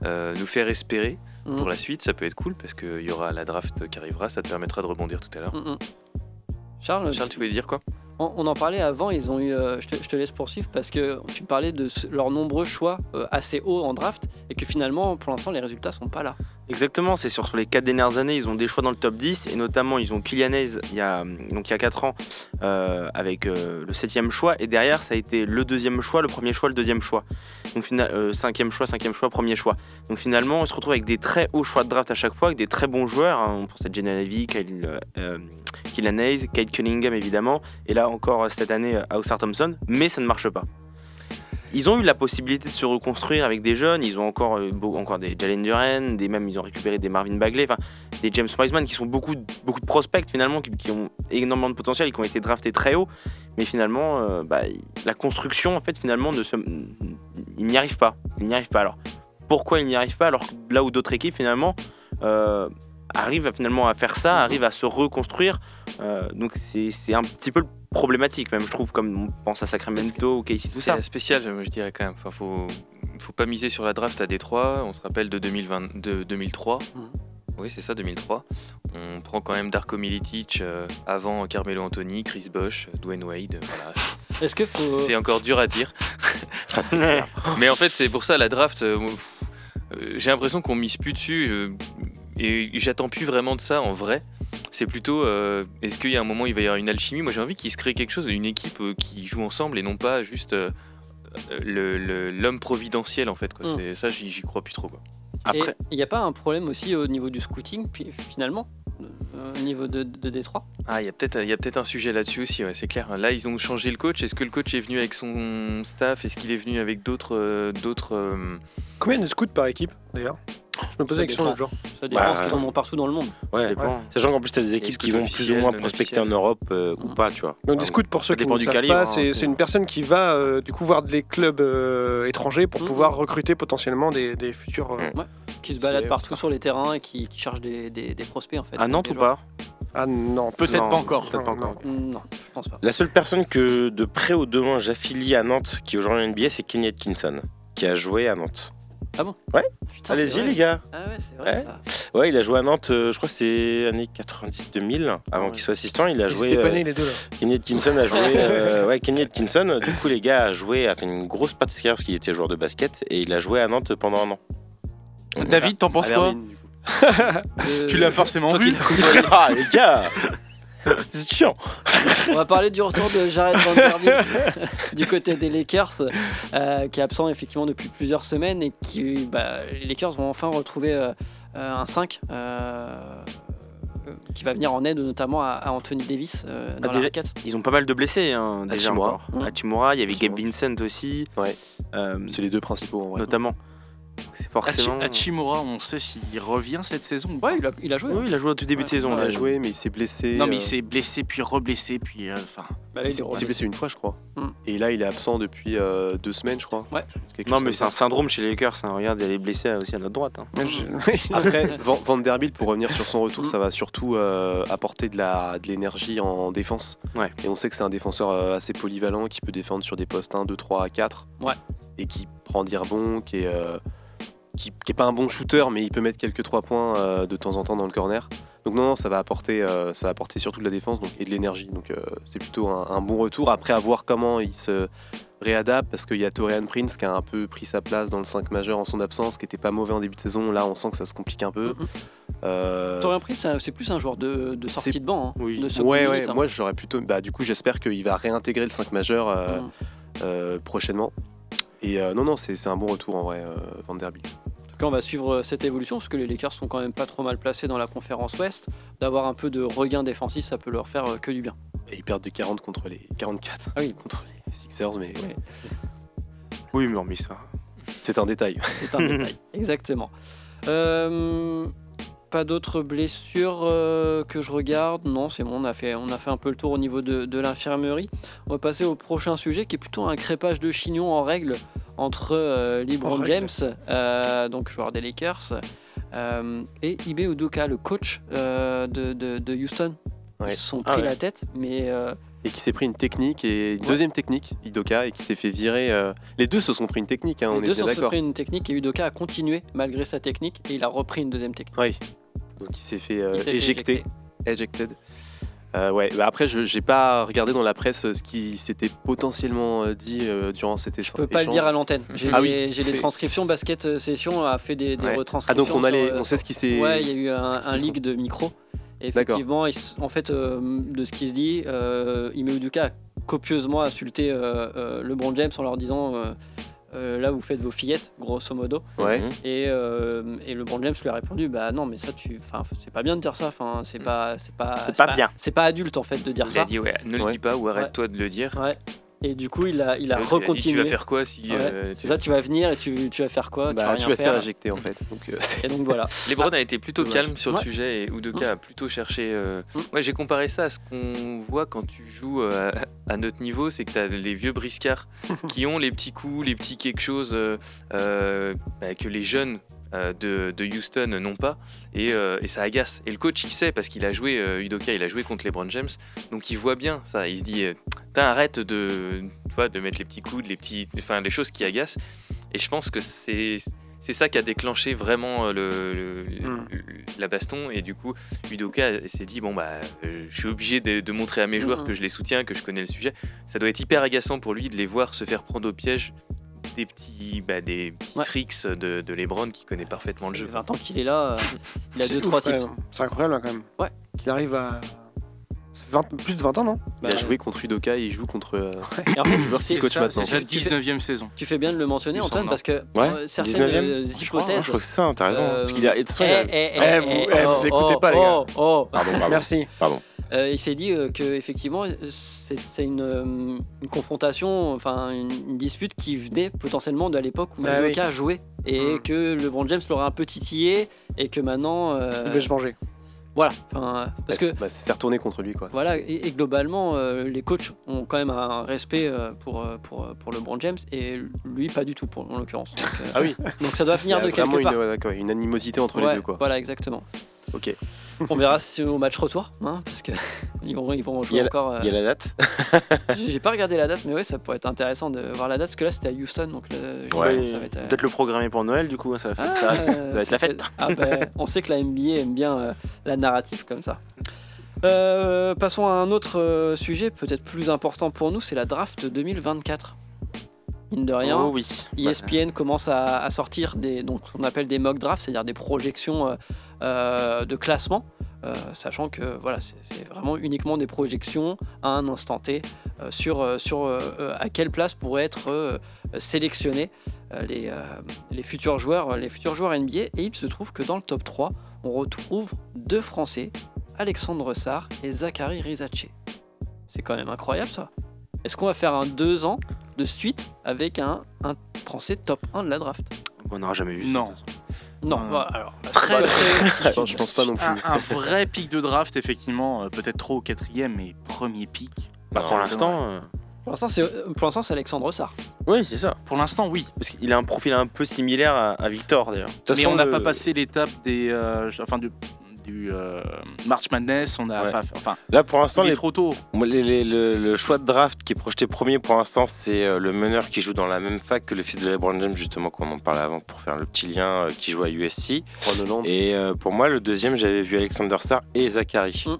euh, nous faire espérer
Mm.
pour la suite, ça peut être cool parce qu'il y aura la draft qui arrivera. Ça te permettra de rebondir tout à l'heure.
Mm, mm. Charles,
Charles, tu voulais dire quoi
On, on en parlait avant, ils ont eu. euh, je, te, je te laisse poursuivre parce que tu parlais de ce- leurs nombreux choix euh, assez hauts en draft et que finalement, pour l'instant, les résultats sont pas là.
Exactement, c'est sur sur les 4 dernières années, ils ont des choix dans le top 10 et notamment ils ont Kylian Hayes il y a, donc il y a 4 ans euh, avec euh, le 7 choix et derrière ça a été le deuxième choix, le premier choix, le deuxième choix. Donc fina- euh, cinquième choix, cinquième choix, premier choix. Donc finalement on se retrouve avec des très hauts choix de draft à chaque fois, avec des très bons joueurs. hein. on pense à Jenna Levy, Kyle, euh, euh, Kylian Hayes, Kate Cunningham évidemment et là encore euh, cette année Hauser Thompson, mais ça ne marche pas. Ils ont eu la possibilité de se reconstruire avec des jeunes. Ils ont encore, euh, beau- encore des Jalen Duren, des même ils ont récupéré des Marvin Bagley, enfin des James Wiseman qui sont beaucoup, de- beaucoup de prospects finalement qui, qui ont énormément de potentiel et qui ont été draftés très haut. Mais finalement, euh, bah, il- la construction en fait finalement ne se, ils n'y arrivent pas. Ils n'y arrivent pas. Alors pourquoi ils n'y arrivent pas alors que là où d'autres équipes finalement euh, arrivent à- finalement à faire ça, arrivent à se reconstruire. Euh, donc c'est c'est un petit peu problématique même je trouve comme on pense à Sacramento ou Casey tout ça.
C'est spécial, je- je dirais quand même. Enfin, faut, faut pas miser sur la draft à Détroit. On se rappelle de, 2020, de 2003.
Mhm.
Oui, c'est ça, 2003. On prend quand même Darko Milicic euh, avant Carmelo Anthony, Chris Bosh, Dwayne Wade. euh, voilà.
Est-ce que faut.
C'est encore dur à dire.
Ah, c'est clair.
Mais en fait, c'est pour ça la draft. euh, moi, pff, euh, J'ai l'impression qu'on mise plus dessus. euh, et j'attends plus vraiment de ça en vrai. C'est plutôt euh, est-ce qu'il y a un moment où il va y avoir une alchimie Moi j'ai envie qu'il se crée quelque chose, une équipe euh, qui joue ensemble et non pas juste euh, le- le- l'homme providentiel en fait. Quoi.
Mm.
C'est- Ça j'y j'y crois plus trop. Quoi.
Et
Après,
il n'y a pas un problème aussi au niveau du scouting, puis, finalement, euh, au niveau de, de Détroit
Ah, il y a peut-être il y a peut-être un sujet là-dessus aussi, ouais, c'est clair. Là ils ont changé le coach. Est-ce que le coach est venu avec son staff Est-ce qu'il est venu avec d'autres. euh, d'autres euh,
Combien de scouts par équipe d'ailleurs Je me posais
Ça
la question
dépend.
l'autre jour.
Ça dépend
Bah,
parce qu'ils en ont partout dans le monde.
Ouais.
dépend.
Sachant qu'en plus, t'as des
Il y a
équipes
des
qui vont
scouts
plus ou moins
officiels, non
prospecter en
officiels.
Mais Europe euh,
Hein.
ou pas, tu vois.
Donc
Ah,
des scouts pour ceux qui
dépend
ne
du
savent
calibre,
pas,
hein,
c'est
c'est-
c'est une personne qui va euh, du coup voir des clubs euh, étrangers pour
Mhm.
pouvoir recruter potentiellement des, des futurs. euh,
Mhm.
Qui se
C'est-
baladent partout sur les terrains et qui, qui cherchent des, des- des prospects en fait.
à Nantes
des
ou
joueurs.
pas
Ah non,
Peut-être
Non,
pas encore.
peut-être pas
Non,
encore.
Mm, Non, je pense pas.
La seule personne que de près ou de loin j'affilie à Nantes qui est aujourd'hui en NBA, c'est Kenny Atkinson, qui a joué à Nantes.
Putain, c'est
Allez-y,
vrai.
les gars.
Ah ouais, c'est vrai
Ouais.
ça.
Ouais, il a joué à Nantes, euh, je crois que c'est années 90-2000, avant
Ah Ouais.
qu'il soit assistant. Il a
Ils
joué.
étaient pas
euh,
nés, les deux là.
Kenny Atkinson a joué. euh, ouais, Kenny Atkinson, euh, du coup, les gars, a joué, a fait une grosse patte de carrière parce qu'il était joueur de basket et il a joué à Nantes pendant un an. Donc,
David, t'en penses quoi
Euh,
Tu l'as forcément vu.
Ah, les gars C'est chiant
On va parler du retour de Jared Vanderbilt du côté des Lakers, euh, qui est absent effectivement depuis plusieurs semaines et qui, bah, les Lakers vont enfin retrouver euh, euh, un 5 euh, euh, qui va venir en aide notamment à, à Anthony Davis euh, dans
Ah,
la
déjà-
raquette.
Ils ont pas mal de blessés hein, déjà
Hachimura.
encore. Hachimura, il y avait Gabe Vincent aussi.
Ouais.
Euh,
C'est les deux principaux en vrai.
notamment. Ah, C'est forcément.
Hachimura, on sait s'il revient cette saison. ou pas Euh,
Ouais, il a, il a joué. hein.
Oui, ah, il a joué au tout début de
Ouais.
saison.
On
là.
l'a joué, mais il s'est blessé.
Non, mais
euh,
il s'est blessé, puis reblessé, puis. euh, Enfin.
Bah,
il s'est il s'est blessé une fois, je crois.
Hmm.
Mm.
Et là, il est absent depuis euh, deux semaines, je crois.
Ouais.
Quelque
Non,
chose
mais
comme
c'est un syndrome chez les Lakers. hein. Regarde, il y a les blessés aussi à notre droite. hein.
ça. Après, Van Vanderbilt, pour revenir sur son
Hmm.
retour, ça va surtout euh, apporter de la de l'énergie en défense.
Ouais.
Et on sait que c'est un défenseur euh, assez polyvalent qui peut défendre sur des postes 1, 2, 3, 4.
Ouais.
Et qui prend des rebonds, qui est, euh, qui, qui est pas un bon shooter, mais il peut mettre quelques 3 points euh, de temps en temps dans le corner. Donc non, non, ça va apporter, euh, ça va apporter surtout de la défense donc, et de l'énergie. Donc euh, c'est plutôt un, un bon retour. Après, à voir comment il se réadapte, parce qu'il y a Torian Prince qui a un peu pris sa place dans le 5 majeur en son absence, qui était pas mauvais en début de saison. Là, on sent que ça se complique un peu.
Mhm.
Euh,
T'aurais pris, c'est c'est plus un joueur de, de sortie
C'est-
de banc. hein,
oui.
de seconde
ouais, ouais.
unité, hein.
Moi, j'aurais plutôt. Bah, du coup, j'espère qu'il va réintégrer le 5 majeur euh,
Mm.
euh, prochainement. Et euh, non, non, c'est c'est un bon retour en vrai, euh, Vanderbilt.
En tout cas, on va suivre euh, cette évolution parce que les Lakers sont quand même pas trop mal placés dans la conférence Ouest. D'avoir un peu de regain défensif, ça peut leur faire euh, que du bien.
Et ils perdent de 40 contre les 44
Ah oui.
contre les Sixers, mais
Ouais.
Oui, mais hormis ça.
c'est un détail.
C'est un détail. Exactement. Euh, pas d'autres blessures euh, que je regarde. Non, c'est bon, on a, fait, on a fait un peu le tour au niveau de, de l'infirmerie. On va passer au prochain sujet qui est plutôt un crépage de chignon en règle entre euh,
En
LeBron
règle.
James, euh, donc joueur des Lakers, euh, et Ibe Udoka, le coach euh, de, de- de Houston.
Ouais.
Ils se sont
Ah
pris
ouais.
la tête, mais euh,
Et qui s'est pris une technique et une deuxième technique, Idoka, et qui s'est fait virer. euh, Les deux se sont pris une technique, hein, on
les
est
deux
bien
sont
d'accord.
pris une technique et Udoka a continué malgré sa technique et il a repris une deuxième technique.
Oui. Donc il s'est fait, euh,
Il s'est fait
éjecter.
éjecter.
Ejected. Euh, ouais. bah après, je n'ai pas regardé dans la presse euh, ce qui s'était potentiellement euh, dit euh, durant cet échange.
Je peux pas le dire à l'antenne. J'ai
Ah
les, j'ai les
c'est-
transcriptions. Basket euh, Session a fait des, des
Ouais. Ah,
retranscriptions.
donc on, a
sur,
les-
euh,
on sait ce qui s'est.
Ouais, il y a eu un,
ce qu'ils
un
se
leak de micro. Et
D'accord.
Effectivement, ils s- en fait, euh, de ce qui se dit, euh, Ime Udoka a copieusement insulté euh, euh, LeBron James en leur disant euh, euh, Là, vous faites vos fillettes, grosso modo.
Ouais.
Mhm.
Et, euh, et LeBron James lui a répondu Bah non, mais ça, tu, enfin, c'est pas bien de dire ça. Enfin, c'est pas, c'est pas,
C'est pas bien.
C'est pas adulte en fait de dire
Il
ça.
a dit, ouais, ne le
Ouais.
dis pas ou arrête-toi de le dire.
Ouais. Et du coup, il a, il a
L'autre, il a dit,
recontinué.
tu vas faire quoi si.
Ouais.
euh, tu-
C'est ça, tu vas venir et tu, tu vas faire quoi
Bah,
Tu
tu
vas rien
vas te faire
faire. Mm.
éjecter en fait. Donc, euh, c'est-
Et donc voilà.
Lebron a été plutôt
dommage.
calme sur le
Ouais.
sujet et Udoka a plutôt cherché. euh,
Mm.
Ouais, j'ai comparé ça à ce qu'on voit quand tu joues euh, à, à notre niveau, c'est que t'as les vieux briscards qui ont les petits coups, les petits quelque chose euh, euh, bah, que les jeunes euh, de, de Houston n'ont pas et, euh, et ça agace. Et le coach il sait parce qu'il a joué euh, Udoka, il a joué contre LeBron James, donc il voit bien ça. Il se dit, euh, Putain, arrête de, tu vois, de mettre les petits coups, les petits, enfin les choses qui agacent. Et je pense que c'est c'est ça qui a déclenché vraiment euh, le, le-
Mm.
le- la baston. Et du coup, Udoka s'est dit bon bah, euh, je suis obligé de, de montrer à mes joueurs
Mhm.
que je les soutiens, que je connais le sujet. Ça doit être hyper agaçant pour lui de les voir se faire prendre au piège des petits, bah, des petits
Ouais.
tricks de, de LeBron qui connaît parfaitement le
Ça
jeu.
fait 20 ans qu'il est là. euh, Il a
C'est
deux
ouf,
trois
quand
tips.
même. C'est incroyable hein, quand même.
Ouais.
Qu'il arrive à. Ça fait 20 plus de 20 ans, non
Bah,
il a joué contre Udoka et il joue contre. euh,
Et en fait,
joueur
c'est-
qui coach
ça,
maintenant.
C'est sa
Tu fais-
19e saison.
tu fais bien de le mentionner,
Il me
Antoine,
semble,
parce que
Ouais,
euh, certaines
19e,
euh,
Je crois, hein,
hypothèses.
je trouve que c'est ça, t'as raison.
euh,
Parce qu'il a. de toute façon, il a-
eh, eh,
Eh,
eh,
vous-
eh,
eh, vous
oh,
écoutez pas, les gars.
oh, oh,
Pardon, pardon.
Merci.
Euh, il s'est dit euh, que effectivement euh, c'est c'est une, euh, une confrontation, enfin une, une dispute qui venait potentiellement de l'époque où
Bah oui.
Udoka jouait et
Mm.
que LeBron James l'aurait un peu titillé et que maintenant euh,
Il veut se venger.
voilà, enfin euh, parce que
bah, c'est- bah, c'est retourné contre lui quoi.
Voilà, et, et globalement, euh, les coachs ont quand même un respect euh, pour, euh, pour, euh, pour LeBron James, et lui, pas du tout, pour, en l'occurrence. Donc, euh,
Ah oui.
Donc ça doit
Il y
venir
a
de
vraiment
quelque
une,
part.
ouais, d'accord, une animosité entre
Ouais,
les deux quoi.
Voilà, exactement.
Ok.
On verra si c'est au match retour, hein, parce que ils vont, ils vont jouer
y a la-
encore. euh,
Il y a la date.
J'ai j'ai pas regardé la date, mais ouais, ça pourrait être intéressant de voir la date, parce que là, c'était à Houston, donc là, j'imagine que ça va être. euh,
Peut-être le programmer pour Noël, du coup, hein, ça va faire
ah,
ça.
euh,
va être la
c'est
fête.
peut- Ah, bah, on sait que la NBA aime bien euh, la narrative comme ça. Euh, passons à un autre euh, sujet, peut-être plus important pour nous, c'est la draft 2024. Mine de rien,
Oh oui.
Bah,
ESPN commence à, à sortir des, donc, ce qu'on appelle des mock drafts, c'est-à-dire des projections euh, euh, de classement, euh, sachant que voilà, c'est- c'est vraiment uniquement des projections à un instant T euh, sur, euh, sur euh, euh, à quelle place pourraient être euh, sélectionnés euh, les, euh, les, futurs joueurs, euh, les futurs joueurs NBA. Et il se trouve que dans le top 3, on retrouve deux Français, Alexandre Sarr et Zachary Rizace. C'est quand même incroyable ça. Est-ce qu'on va faire un deux ans de suite avec un, un Français top 1 de la draft.
On n'aura jamais vu.
Non.
Non,
Ah.
Euh,
bah, alors,
Très, très.
Je pense pas non plus.
Un, un vrai pic de draft, effectivement. euh, Peut-être trop au quatrième, mais premier pic.
Bah, pour
Non.
l'instant, euh,
pour l'instant, c'est, euh, pour l'instant, c'est Alexandre Sarr.
oui, c'est ça.
Pour l'instant, oui.
Parce qu'il a un profil un peu similaire à, à Victor, d'ailleurs.
De toute
mais
façon,
on n'a
le-
pas passé l'étape des, euh, enfin, du- des y a eu euh, March Madness, on a
Ouais.
pas fait- Enfin,
Là, pour l'instant,
il est
les-
trop tôt.
moi, les- les- le, le choix de draft qui est projeté premier pour l'instant, c'est euh, le meneur qui joue dans la même fac que le fils de LeBron James, justement, qu'on en parlait avant pour faire le petit lien, euh, qui joue à USC.
Ron Holland.
Et euh, pour moi, le deuxième, j'avais vu Alexander Starr et Zachary.
Mm.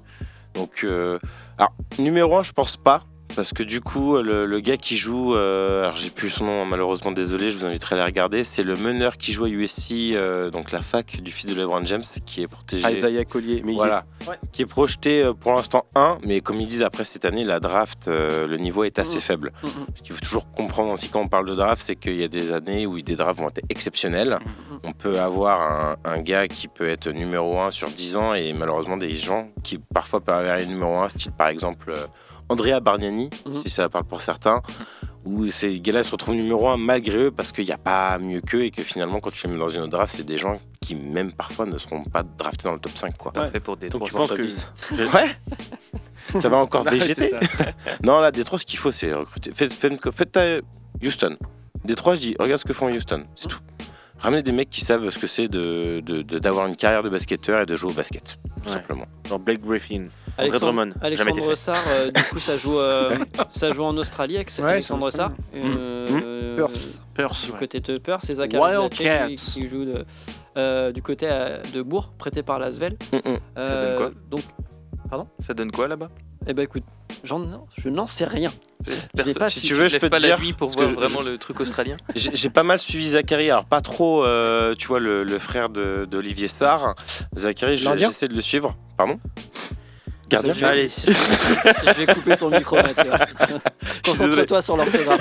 Donc, euh, alors, numéro un, je pense pas. Parce que du coup, euh, le, le gars qui joue, euh, alors j'ai plus son nom, malheureusement, désolé, je vous inviterai à la regarder. C'est le meneur qui joue à USC, euh, donc la fac du fils de LeBron James, qui est protégé.
Isaiah Collier. Mais il est-
Voilà. Qui est projeté euh, pour l'instant 1, mais comme ils disent après cette année, la draft, euh, le niveau est assez
Mm.
Mhm.
faible.
Mhm.
Ce qu'il faut toujours comprendre aussi quand on parle de draft, c'est qu'il y a des années où des drafts vont être exceptionnels.
Mm,
Mhm.
On peut avoir un, un gars qui peut être numéro 1 sur 10 ans et malheureusement des gens qui parfois peuvent avoir numéro 1, style par exemple euh, Andrea Bargnani,
Mm,
Mhm.
si ça parle pour certains. Où ces gars-là se retrouvent numéro 1 malgré eux parce qu'il n'y a pas mieux qu'eux et que finalement, quand tu les mets dans une autre draft, c'est des gens qui, même parfois, ne seront pas draftés dans le top 5. Quoi.
Parfait pour des
Donc tu
300
penses
top
que
10.
Ouais Ça va encore
Ouais, c'est
végéter
ça.
Non, là, Détroit, ce qu'il faut, c'est recruter. Faites, faites, faites ta Houston. Détroit, je dis, regarde ce que font Houston, c'est tout. Ramenez des mecs qui savent ce que c'est de, de- de- d'avoir une carrière de basketteur et de jouer au basket, tout
Ouais.
simplement.
Genre Blake Griffin. André
Alexandre,
Drummond, jamais été
Alexandre
fait.
Sarr, euh, du coup, ça joue, euh, ça joue en Australie avec
Ouais,
Alexandre
c'est
Sarr.
Australie. Mm.
euh,
Perth.
Perth,
Du
ouais.
côté de Perth, c'est Zachary
Wildcats.
Zlatchin qui, qui joue de- euh, du côté euh, de Bourg, prêté par l'Asvel.
Mm,
Ça donne quoi
Donc,
Ça donne quoi là-bas
eh ben écoute, j'en- je n'en sais rien.
Personne-
pas
su- tu veux, je
lèves
peux te
pas la
dire,
nuit pour
parce que
voir
je-
vraiment le truc australien.
J'ai, j'ai pas mal suivi Zachary, alors pas trop, euh, tu vois, le, le frère de, d'Olivier Sarr. Zachary, je-
Gardien
j'essaie de le suivre. Pardon Gardien
Je- Je vais couper ton micro, Mathieu. Concentre-toi sur l'orthographe.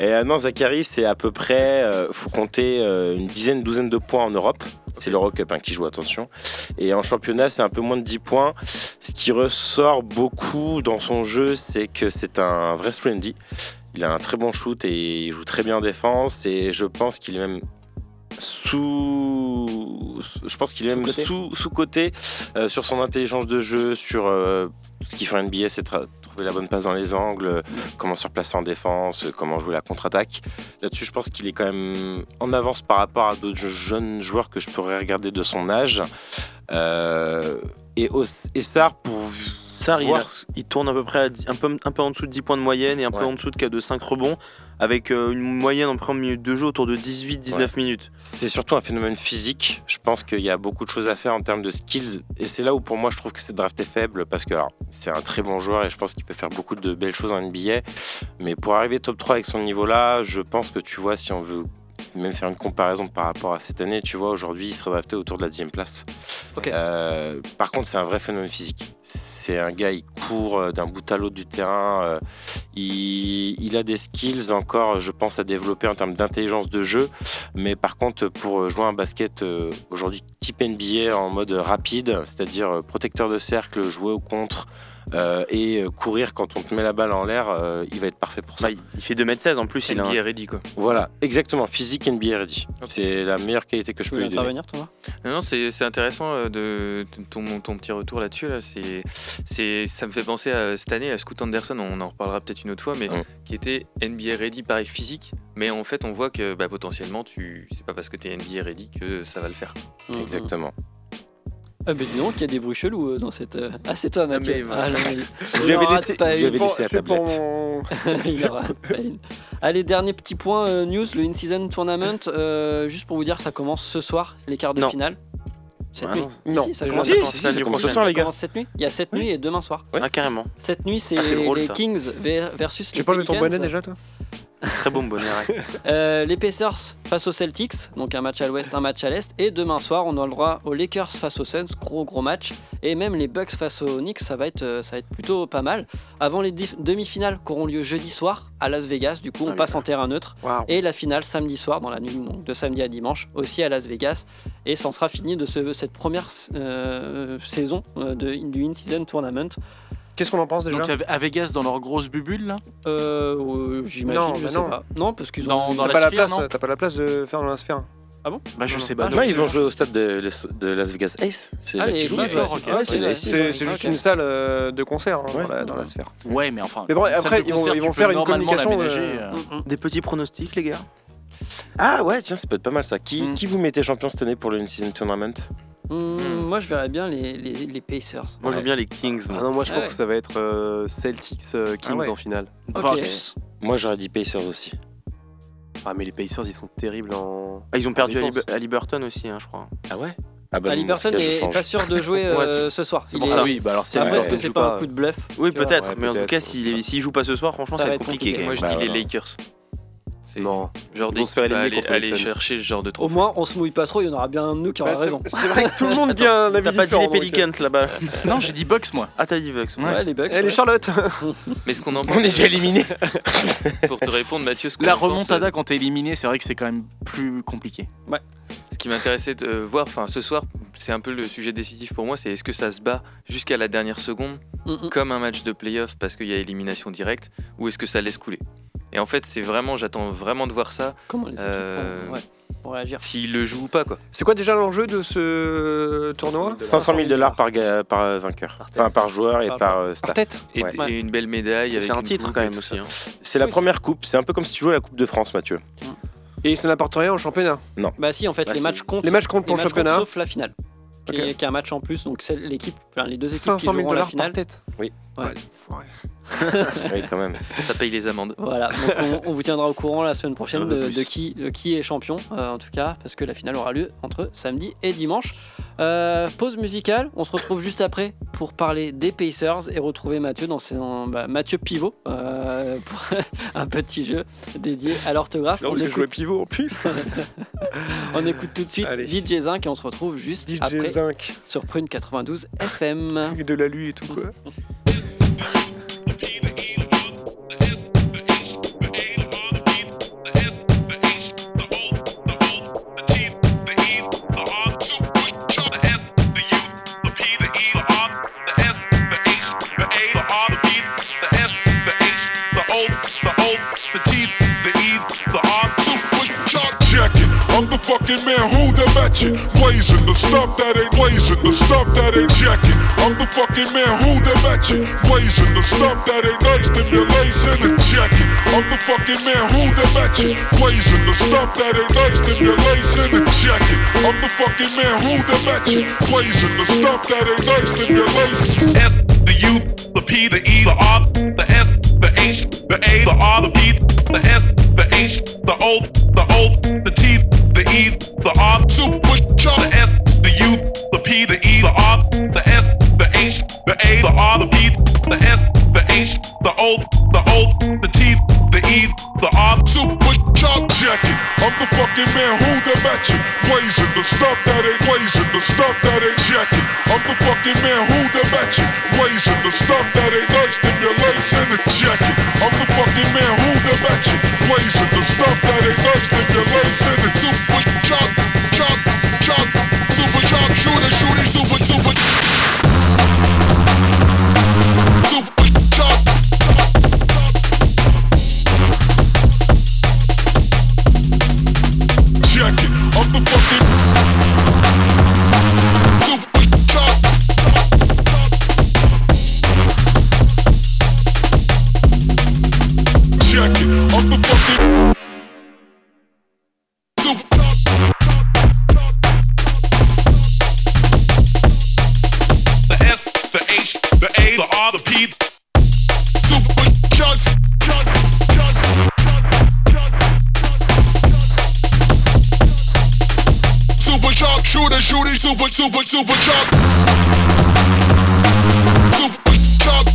Et euh, non, Zachary, c'est à peu près, euh, faut compter euh, une dizaine, douzaine de points en Europe. C'est l'Eurocup hein, qui joue, attention. Et en championnat, c'est un peu moins de 10 points. Ce qui ressort beaucoup dans son jeu, c'est que c'est un vrai Strandy. Il a un très bon shoot et il joue très bien en défense. Et je pense qu'il est même sous. Je pense qu'il est même
Sous-coté.
sous- sous-coté euh, sur son intelligence de jeu, sur euh, tout ce qu'il fait en NBA, c'est tra- trouver la bonne passe dans les angles, comment se replacer en défense, euh, comment jouer la contre-attaque. Là-dessus, je pense qu'il est quand même en avance par rapport à d'autres je- jeunes joueurs que je pourrais regarder de son âge. Euh, et, au- et Sarr, pour
Sarr, il, a-
voir
il tourne à peu près à dix- un, peu, un peu en dessous de 10 points de moyenne et un peu
Ouais.
en dessous de, cas de 5 rebonds, avec euh, une moyenne en première minute de jeu autour de 18-19 minutes.
C'est surtout un phénomène physique. Je pense qu'il y a beaucoup de choses à faire en termes de skills. Et c'est là où pour moi je trouve que cette draft est faible parce que alors, c'est un très bon joueur et je pense qu'il peut faire beaucoup de belles choses en NBA. Mais pour arriver top 3 avec son niveau là, je pense que tu vois, si on veut même faire une comparaison par rapport à cette année, tu vois, aujourd'hui il serait drafté autour de la 10 place.
Ok.
Euh, par contre, c'est un vrai phénomène physique. C'est un gars, il court euh, d'un bout à l'autre du terrain. euh, il, il a des skills encore, je pense, à développer en termes d'intelligence de jeu. Mais par contre, pour jouer un basket euh, aujourd'hui type NBA en mode rapide, c'est-à-dire euh, protecteur de cercle, jouer au contre euh, et euh, courir quand on te met la balle en l'air, euh, il va être parfait pour ça.
Bah, il il fait 2m16 en plus, il a un-
NBA ready quoi.
Voilà, exactement. Physique NBA ready. C'est la meilleure qualité que je
Tu
peux
veux
lui donner.
intervenir, Thomas
Non, non, c'est c'est intéressant euh, de de- ton, ton petit retour là-dessus. Là. c'est c'est- ça me fait penser à cette année, à Scoot Anderson, on en reparlera peut-être une autre fois, mais
Ouais.
qui était NBA ready, pareil physique. Mais en fait, on voit que bah, potentiellement, tu c'est pas parce que t'es NBA ready que ça va le faire.
Mhm.
Exactement.
Ah, mais dis donc, il y a des bruits chelous euh, dans cette. euh, Ah, c'est toi, Mathieu.
mais-
Ah, non, mais-
Vous
Il en
lui avez
rate
laissé-
pas
vous
une.
avez laissé la
C'est pour
tablette.
mon-
Il en rate pas une. Allez, dernier petit point euh, news le in-season tournament. euh, juste pour vous dire, ça commence ce soir, les quarts de
Non.
finale. Cette
Bah
nuit.
non.
Non.
Si, ça
Si,
commence,
si,
ça
si,
commence-
ça commence ce
ça
soir, les gars.
commence cette nuit. Il y a cette nuit et demain soir.
Ah, carrément.
Cette nuit, c'est
Ah, c'est drôle,
les
ça.
Kings ver- versus
Tu
les
parles de ton
Pelicans.
bonnet déjà, toi
Très bon bonnet. arrête.
Euh, les Pacers face aux Celtics, donc un match à l'ouest, un match à l'est. Et demain soir, on a le droit aux Lakers face aux Suns, gros gros match. Et même les Bucks face aux Knicks, ça va être, euh, ça va être plutôt pas mal. Avant les dif- demi-finales qui auront lieu jeudi soir à Las Vegas, du coup on
Ah oui.
passe en terrain neutre.
Waouh.
Et la finale samedi soir, dans la nuit donc, de samedi à dimanche, aussi à Las Vegas. Et ça en sera fini de ce- cette première euh, saison euh, de, du In-Season Tournament.
Qu'est-ce qu'on en pense déjà
Donc à- à Vegas, dans leur grosse bubule, là
Euh, euh, J'imagine,
Non,
je
mais
sais
non.
pas. Non, parce qu'ils ont...
Dans- dans
T'as
la
pas, la
sphère,
place,
non
t'as pas la place de faire dans la sphère.
Bah, je
Non,
sais
non.
pas.
Non, ils vont jouer au stade de, de Las Vegas Ace. C'est
Ah,
là
les
qu'ils jouent.
Kings,
ouais.
ouais, c'est- ouais, c'est
Ouais,
vrai,
c'est-
c'est vrai.
C'est c'est juste
Ok.
une salle euh, de concert hein,
Ouais.
dans, la, dans la sphère.
Ouais, mais enfin.
Mais bon,
une salle
après,
de
ils vont-
concert,
ils
tu
vont
peux
faire une
normalement
communication,
l'aménager,
euh,
euh.
Mm, mm.
Des petits pronostics, les gars
Ah ouais, tiens, ça peut être pas mal ça. Qui,
Mm.
qui vous mettez champion cette année pour le in-season tournament
Hmm, Moi, je verrais bien les, les, les Pacers.
Moi, j'aime bien les Kings.
Ah non, moi je
Ah ouais.
pense
Ah
que ça va être euh, Celtics euh, Kings
ouais.
en finale.
Ok.
Moi, j'aurais dit Pacers aussi.
Ah mais les Pacers ils sont terribles en.
Ah, ils ont perdu à,
défense.
Liber- à Liberton aussi, hein, je crois.
Ah ouais Ah bah,
Ali
dans ce
Burton
cas, je
est
change.
pas sûr de jouer
Ouais,
euh, ce soir. Il
pour
est-
ça.
oui, bah alors si
Après,
Ouais.
est-ce que c'est pas un coup de bluff
Oui,
Tu vois.
peut-être,
Ouais,
mais en tout
peut-être.
cas, s'il est- s'il joue pas ce soir, franchement,
Ça
ça va
va
être
être
compliqué.
compliqué.
quand
Moi,
même.
je
Bah,
dis les
voilà.
Lakers. C'est
Non.
genre
Ils
des
vont se faire
équipes à aller,
éliminer contre les
aller
Suns.
chercher ce genre de
Au
trophée.
moins, on se mouille pas trop. Il y en aura bien un de nous qui aura
Bah, c'est-
raison.
C'est vrai que tout le monde dit un avis
T'as pas dit les
différent. donc, euh.
Pelicans là-bas
Non, j'ai dit box moi.
Ah, t'as dit Bucks. ouais.
Ouais, les Bucks.
euh, Eh,
ouais.
les Charlotte
Mais ce qu'on en pense,
On est déjà éliminés
pour te répondre, Mathieu, ce, qu'on
La
en pense,
remontada quand t'es éliminé, c'est vrai que c'est quand même plus compliqué.
euh, ce qui m'intéressait de euh, voir, enfin ce soir, c'est un peu le sujet décisif pour moi, c'est est-ce que ça se bat jusqu'à la dernière seconde
Mm, mm.
comme un match de playoff parce qu'il y a élimination directe ou est-ce que ça laisse couler Et en fait, c'est vraiment, j'attends vraiment de voir ça
Comment les équipes
Euh,
font, ouais, pour réagir
s'il le joue ou pas quoi.
C'est quoi déjà l'enjeu de ce tournoi
500 000 dollars par, ga- par euh, vainqueur. Enfin, par joueur et
Par
par euh,
Par
staff.
tête
Et,
Ouais.
et une belle médaille avec
C'est un
une
titre
coupe
quand
et
même
tout
aussi.
ça.
hein.
C'est la
Oui,
première coupe. C'est un peu comme si tu jouais à la Coupe de France, Mathieu.
Et ça n'apporte rien au championnat.
Bah si, en fait,
Bah,
les
c'est-
matchs comptent.
Les matchs comptent
les
pour le
matchs comptent
championnat.
Sauf la finale, qui,
Ok.
est, qui est un match en plus. Donc c'est l'équipe, enfin, les deux équipes qui
500 000
joueront la
dollars par
finale.
tête.
Oui.
Ouais.
Ouais, l'enfoiré.
Oui, quand même.
Ça paye les amendes.
Voilà, donc on, on vous tiendra au courant la semaine prochaine
Un peu
de,
plus.
de qui, de qui est champion, euh, en tout cas, parce que la finale aura lieu entre samedi et dimanche. Euh, pause musicale, on se retrouve juste après pour parler des Pacers et retrouver Mathieu dans ses, en- bah, Mathieu Pivot euh, pour un petit jeu dédié à l'orthographe.
C'est drôle
On,
parce que je jouais
écoute-
pivot en plus.
on écoute tout de suite
Allez.
DJ Zinc et on se retrouve juste
DJ
après
Zinc,
sur Prune 92 FM.
de la lue et tout quoi.
Jacket. I'm the fucking man who the matchin', blazing the stuff that ain't blazing, the stuff that ain't jacking. I'm the fucking man who the matchin', blazing the stuff that ain't nice, stimulation and jacking. I'm the fucking man who the matchin', blazing the stuff that ain't nice, stimulation and jacking. I'm the fucking man who the matchin', blazing the stuff that ain't nice, stimulation. S the U, the P, the E, the R, the S, the H, the A, the R, the B, the S, the H, the O, the O, the T, the E, the R, supercharged. The S, the U, the P, the E, the R, the S, the H, the A, the R, the B, the S, the H, the O, the O, the T, the E, the R, supercharged. Jacket, I'm the fucking man who the matching, blazing the stuff that ain't blazing, the stuff that ain't jacking. I'm the fucking man who the matching, blazing the stuff that ain't nice, stimulation and jacket. I'm the fucking man who the matching, blazing the stuff that ain't nice, stimulation and super chop, chop, chop, super chop, shooter, shooting, super, super, super chop. Jacket, I'm the fucking super chop. Jacket, I'm the fucking super. The S, the H, the A, the R, the P. Super Chucks. Super Chuck, shooter, shooting, super, super, super Chuck. Super Chuck.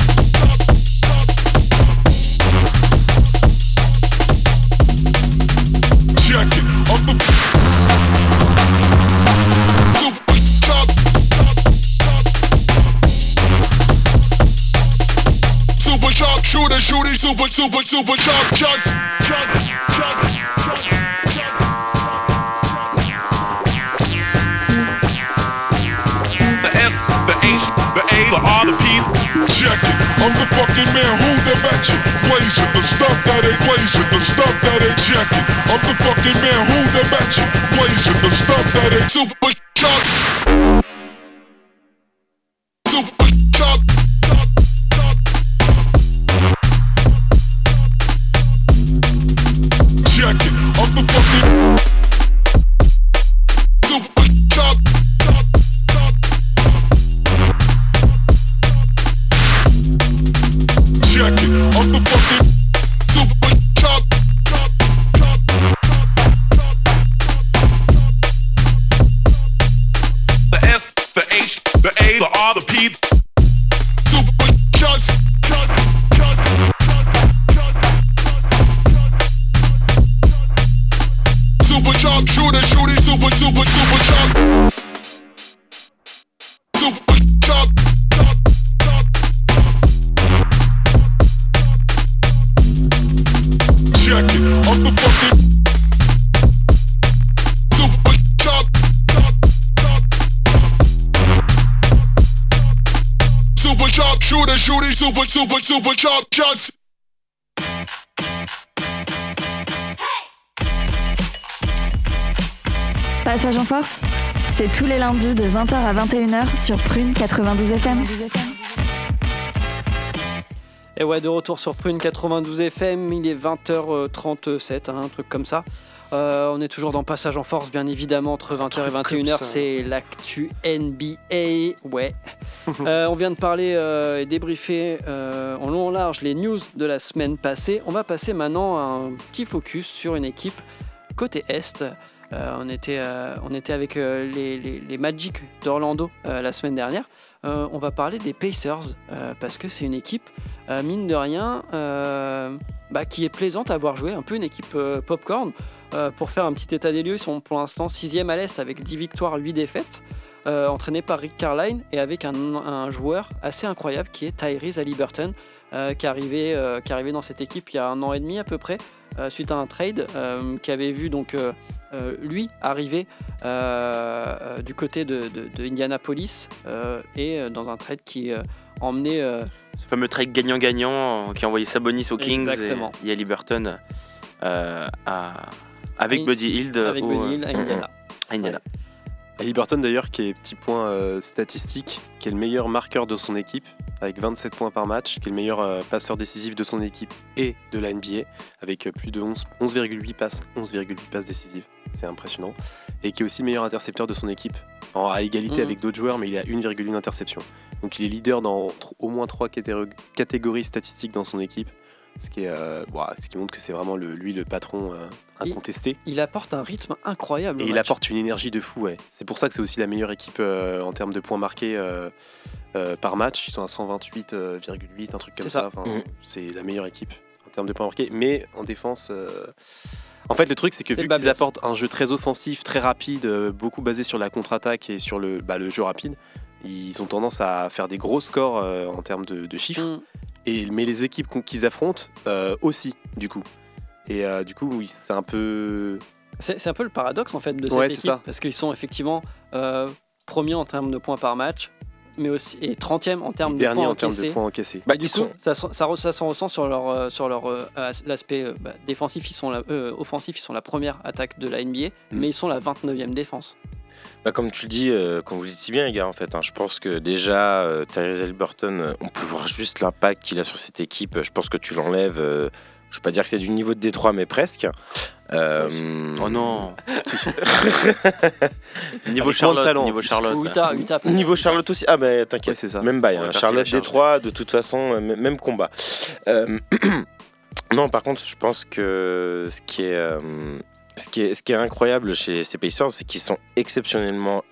Check it, I'm the super Chuck. Super Chuck, shooter, shooting, super, super, super Chuck, Chucks. Chuck, Chuck, Chuck, Chuck. the S, the H, the A, the R, the P. Check it, I'm the fucking man who the matchin', blazing the stuff that ain't blazing, the stuff that ain't jacking. I'm the fucking man who the matchin', blazing the stuff that ain't super chop. Super chop. Check it, I'm the fucking super chop. by the P. Super cuts, cut, cut, cut, cut. Super chop, shooter, shooter, super, super, super chop. Super chop, chop, chop. Check it, I'm the fucking super chop, chop, chop. Super chop, shooter, shooting, super, super, super chop shots.
Passage en force, c'est tous les lundis de 20h à 21h sur Prune 92 FM.
Et ouais, de retour sur Prune 92 FM, il est 20h37, hein, un truc comme ça. Euh, on est toujours dans Passage en Force, bien évidemment, entre 20h et
truc comme
21h,
ça.
c'est l'actu NBA. Ouais. Euh, on vient de parler euh, et débriefer euh, en long en large les news de la semaine passée. On va passer maintenant à un petit focus sur une équipe côté Est. Euh, on, était, euh, on était avec euh, les, les- les Magic d'Orlando euh, la semaine dernière. Euh, on va parler des Pacers euh, parce que c'est une équipe, euh, mine de rien, euh, bah, qui est plaisante à voir jouer, un peu une équipe euh, popcorn. Euh, pour faire un petit état des lieux, ils sont pour l'instant 6 à l'Est avec 10 victoires, 8 défaites, euh, entraînés par Rick Carline et avec un, un joueur assez incroyable qui est Tyrese Haliburton, euh, qui, est arrivé, euh, qui est arrivé dans cette équipe il y a un an et demi à peu près, euh, suite à un trade euh, qui avait vu donc. euh, euh, lui arriver euh, euh, du côté de, de- de Indianapolis euh, et euh, dans un trade qui euh, emmenait euh,
Ce fameux trade gagnant-gagnant euh, qui a envoyé Sabonis aux Kings
Exactement.
et Yali Burton euh, à- avec
Oui,
Buddy Hield
Euh,
avec
au-
Buddy Hield à Indiana.
à Indiana.
Haliburton d'ailleurs qui est petit point euh, statistique, qui est le meilleur marqueur de son équipe avec 27 points par match, qui est le meilleur euh, passeur décisif de son équipe et de la NBA avec euh, plus de 11 11,8 passes, 11,8 passes décisives. C'est impressionnant et qui est aussi le meilleur intercepteur de son équipe en, à égalité
Mhm.
avec d'autres joueurs mais il a 1,1 interception. Donc il est leader dans tr- au moins trois catéro- catégories statistiques dans son équipe. Ce qui, est, euh, ouah, ce qui montre que c'est vraiment le, lui le patron euh,
Il-
incontesté.
Il apporte un rythme incroyable. au
Et il
match.
apporte une énergie de fou, ouais. C'est pour ça que c'est aussi la meilleure équipe euh, en termes de points marqués euh, euh, par match. Ils sont à 128,8, un truc comme
C'est
ça.
ça.
Enfin,
Mhm.
C'est la meilleure équipe en termes de points marqués. Mais en défense. euh, En fait, le truc, c'est que
C'est
vu
Babels.
qu'ils apportent un jeu très offensif, très rapide, euh, beaucoup basé sur la contre-attaque et sur le, bah, le jeu rapide, ils ont tendance à faire des gros scores euh, en termes de, de chiffres.
Mm.
Et, mais les équipes qu'on- qu'ils affrontent euh, aussi, du coup. Et euh, du coup, oui, c'est un peu.
C'est c'est un peu le paradoxe en fait de cette
Ouais, c'est
équipe
ça.
parce qu'ils sont effectivement euh, premiers en termes de points par match, mais aussi et 30e en termes de
dernier
points
en termes de
encaissés.
points encaissés.
Bah,
Du
ils
coup,
sont-
ça, s'en- ça, re- ça s'en ressent sur leur, euh, sur leur euh, as- l'aspect euh, bah, défensif, ils sont la, euh, offensif, ils sont la première attaque de la NBA, mais ils sont la 29e défense.
Bah, comme tu le dis, euh, comme vous le dites si bien, les gars, en fait, hein, je pense que déjà, euh, Tyrese Haliburton, euh, on peut voir juste l'impact qu'il a sur cette équipe. Je pense que tu l'enlèves. euh, je ne veux pas dire que c'est du niveau de Détroit, mais presque. Euh,
Oh non
moins
Niveau
de
Charlotte,
talent.
niveau Charlotte.
Utah, Utah,
Niveau Charlotte aussi. Ah, ben t'inquiète.
c'est ça.
Même bail.
On
hein.
va partir
Charlotte,
la charge.
Détroit, de toute façon, euh, m- même combat. Euh, non, par contre, je pense que ce qui est, euh, ce qui est, ce qui est incroyable chez ces Pacers, c'est qu'ils sont exceptionnellement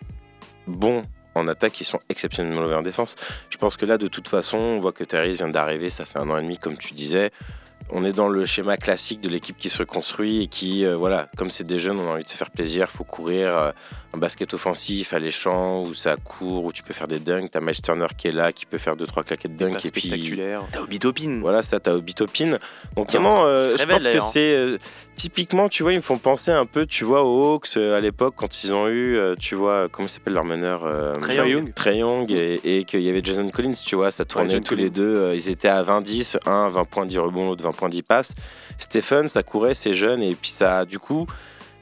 bons en attaque, ils sont exceptionnellement mauvais en défense. Je pense que là, de toute façon, on voit que Therese vient d'arriver, ça fait un an et demi, comme tu disais. On est dans le schéma classique de l'équipe qui se reconstruit et qui, euh, voilà, comme c'est des jeunes, on a envie de se faire plaisir, faut courir, euh, un basket offensif alléchant où ça court, où tu peux faire des dunks. T'as Miles Turner qui est là, qui peut faire 2-3 claquettes
Pas
dunk. Et puis
spectaculaire.
T'as Obi Topin.
voilà, ça, t'as Obitopin. Donc vraiment, euh,
Mm. Ah, Il se
je
révèle,
pense que
d'ailleurs.
c'est euh, typiquement, tu vois, ils me font penser un peu, tu vois, aux Hawks euh, à l'époque quand ils ont eu, euh, tu vois, comment s'appelle leur meneur euh,
Trae Young.
Trae Young et, et qu'il y avait Jason Collins, tu vois, ça tournait
John
tous les
Collins.
deux, euh, ils étaient à 20-10, un 20 points 10 rebonds, l'autre 20 points 10 passes. Stephen, ça courait, c'est jeune, et puis ça, du coup,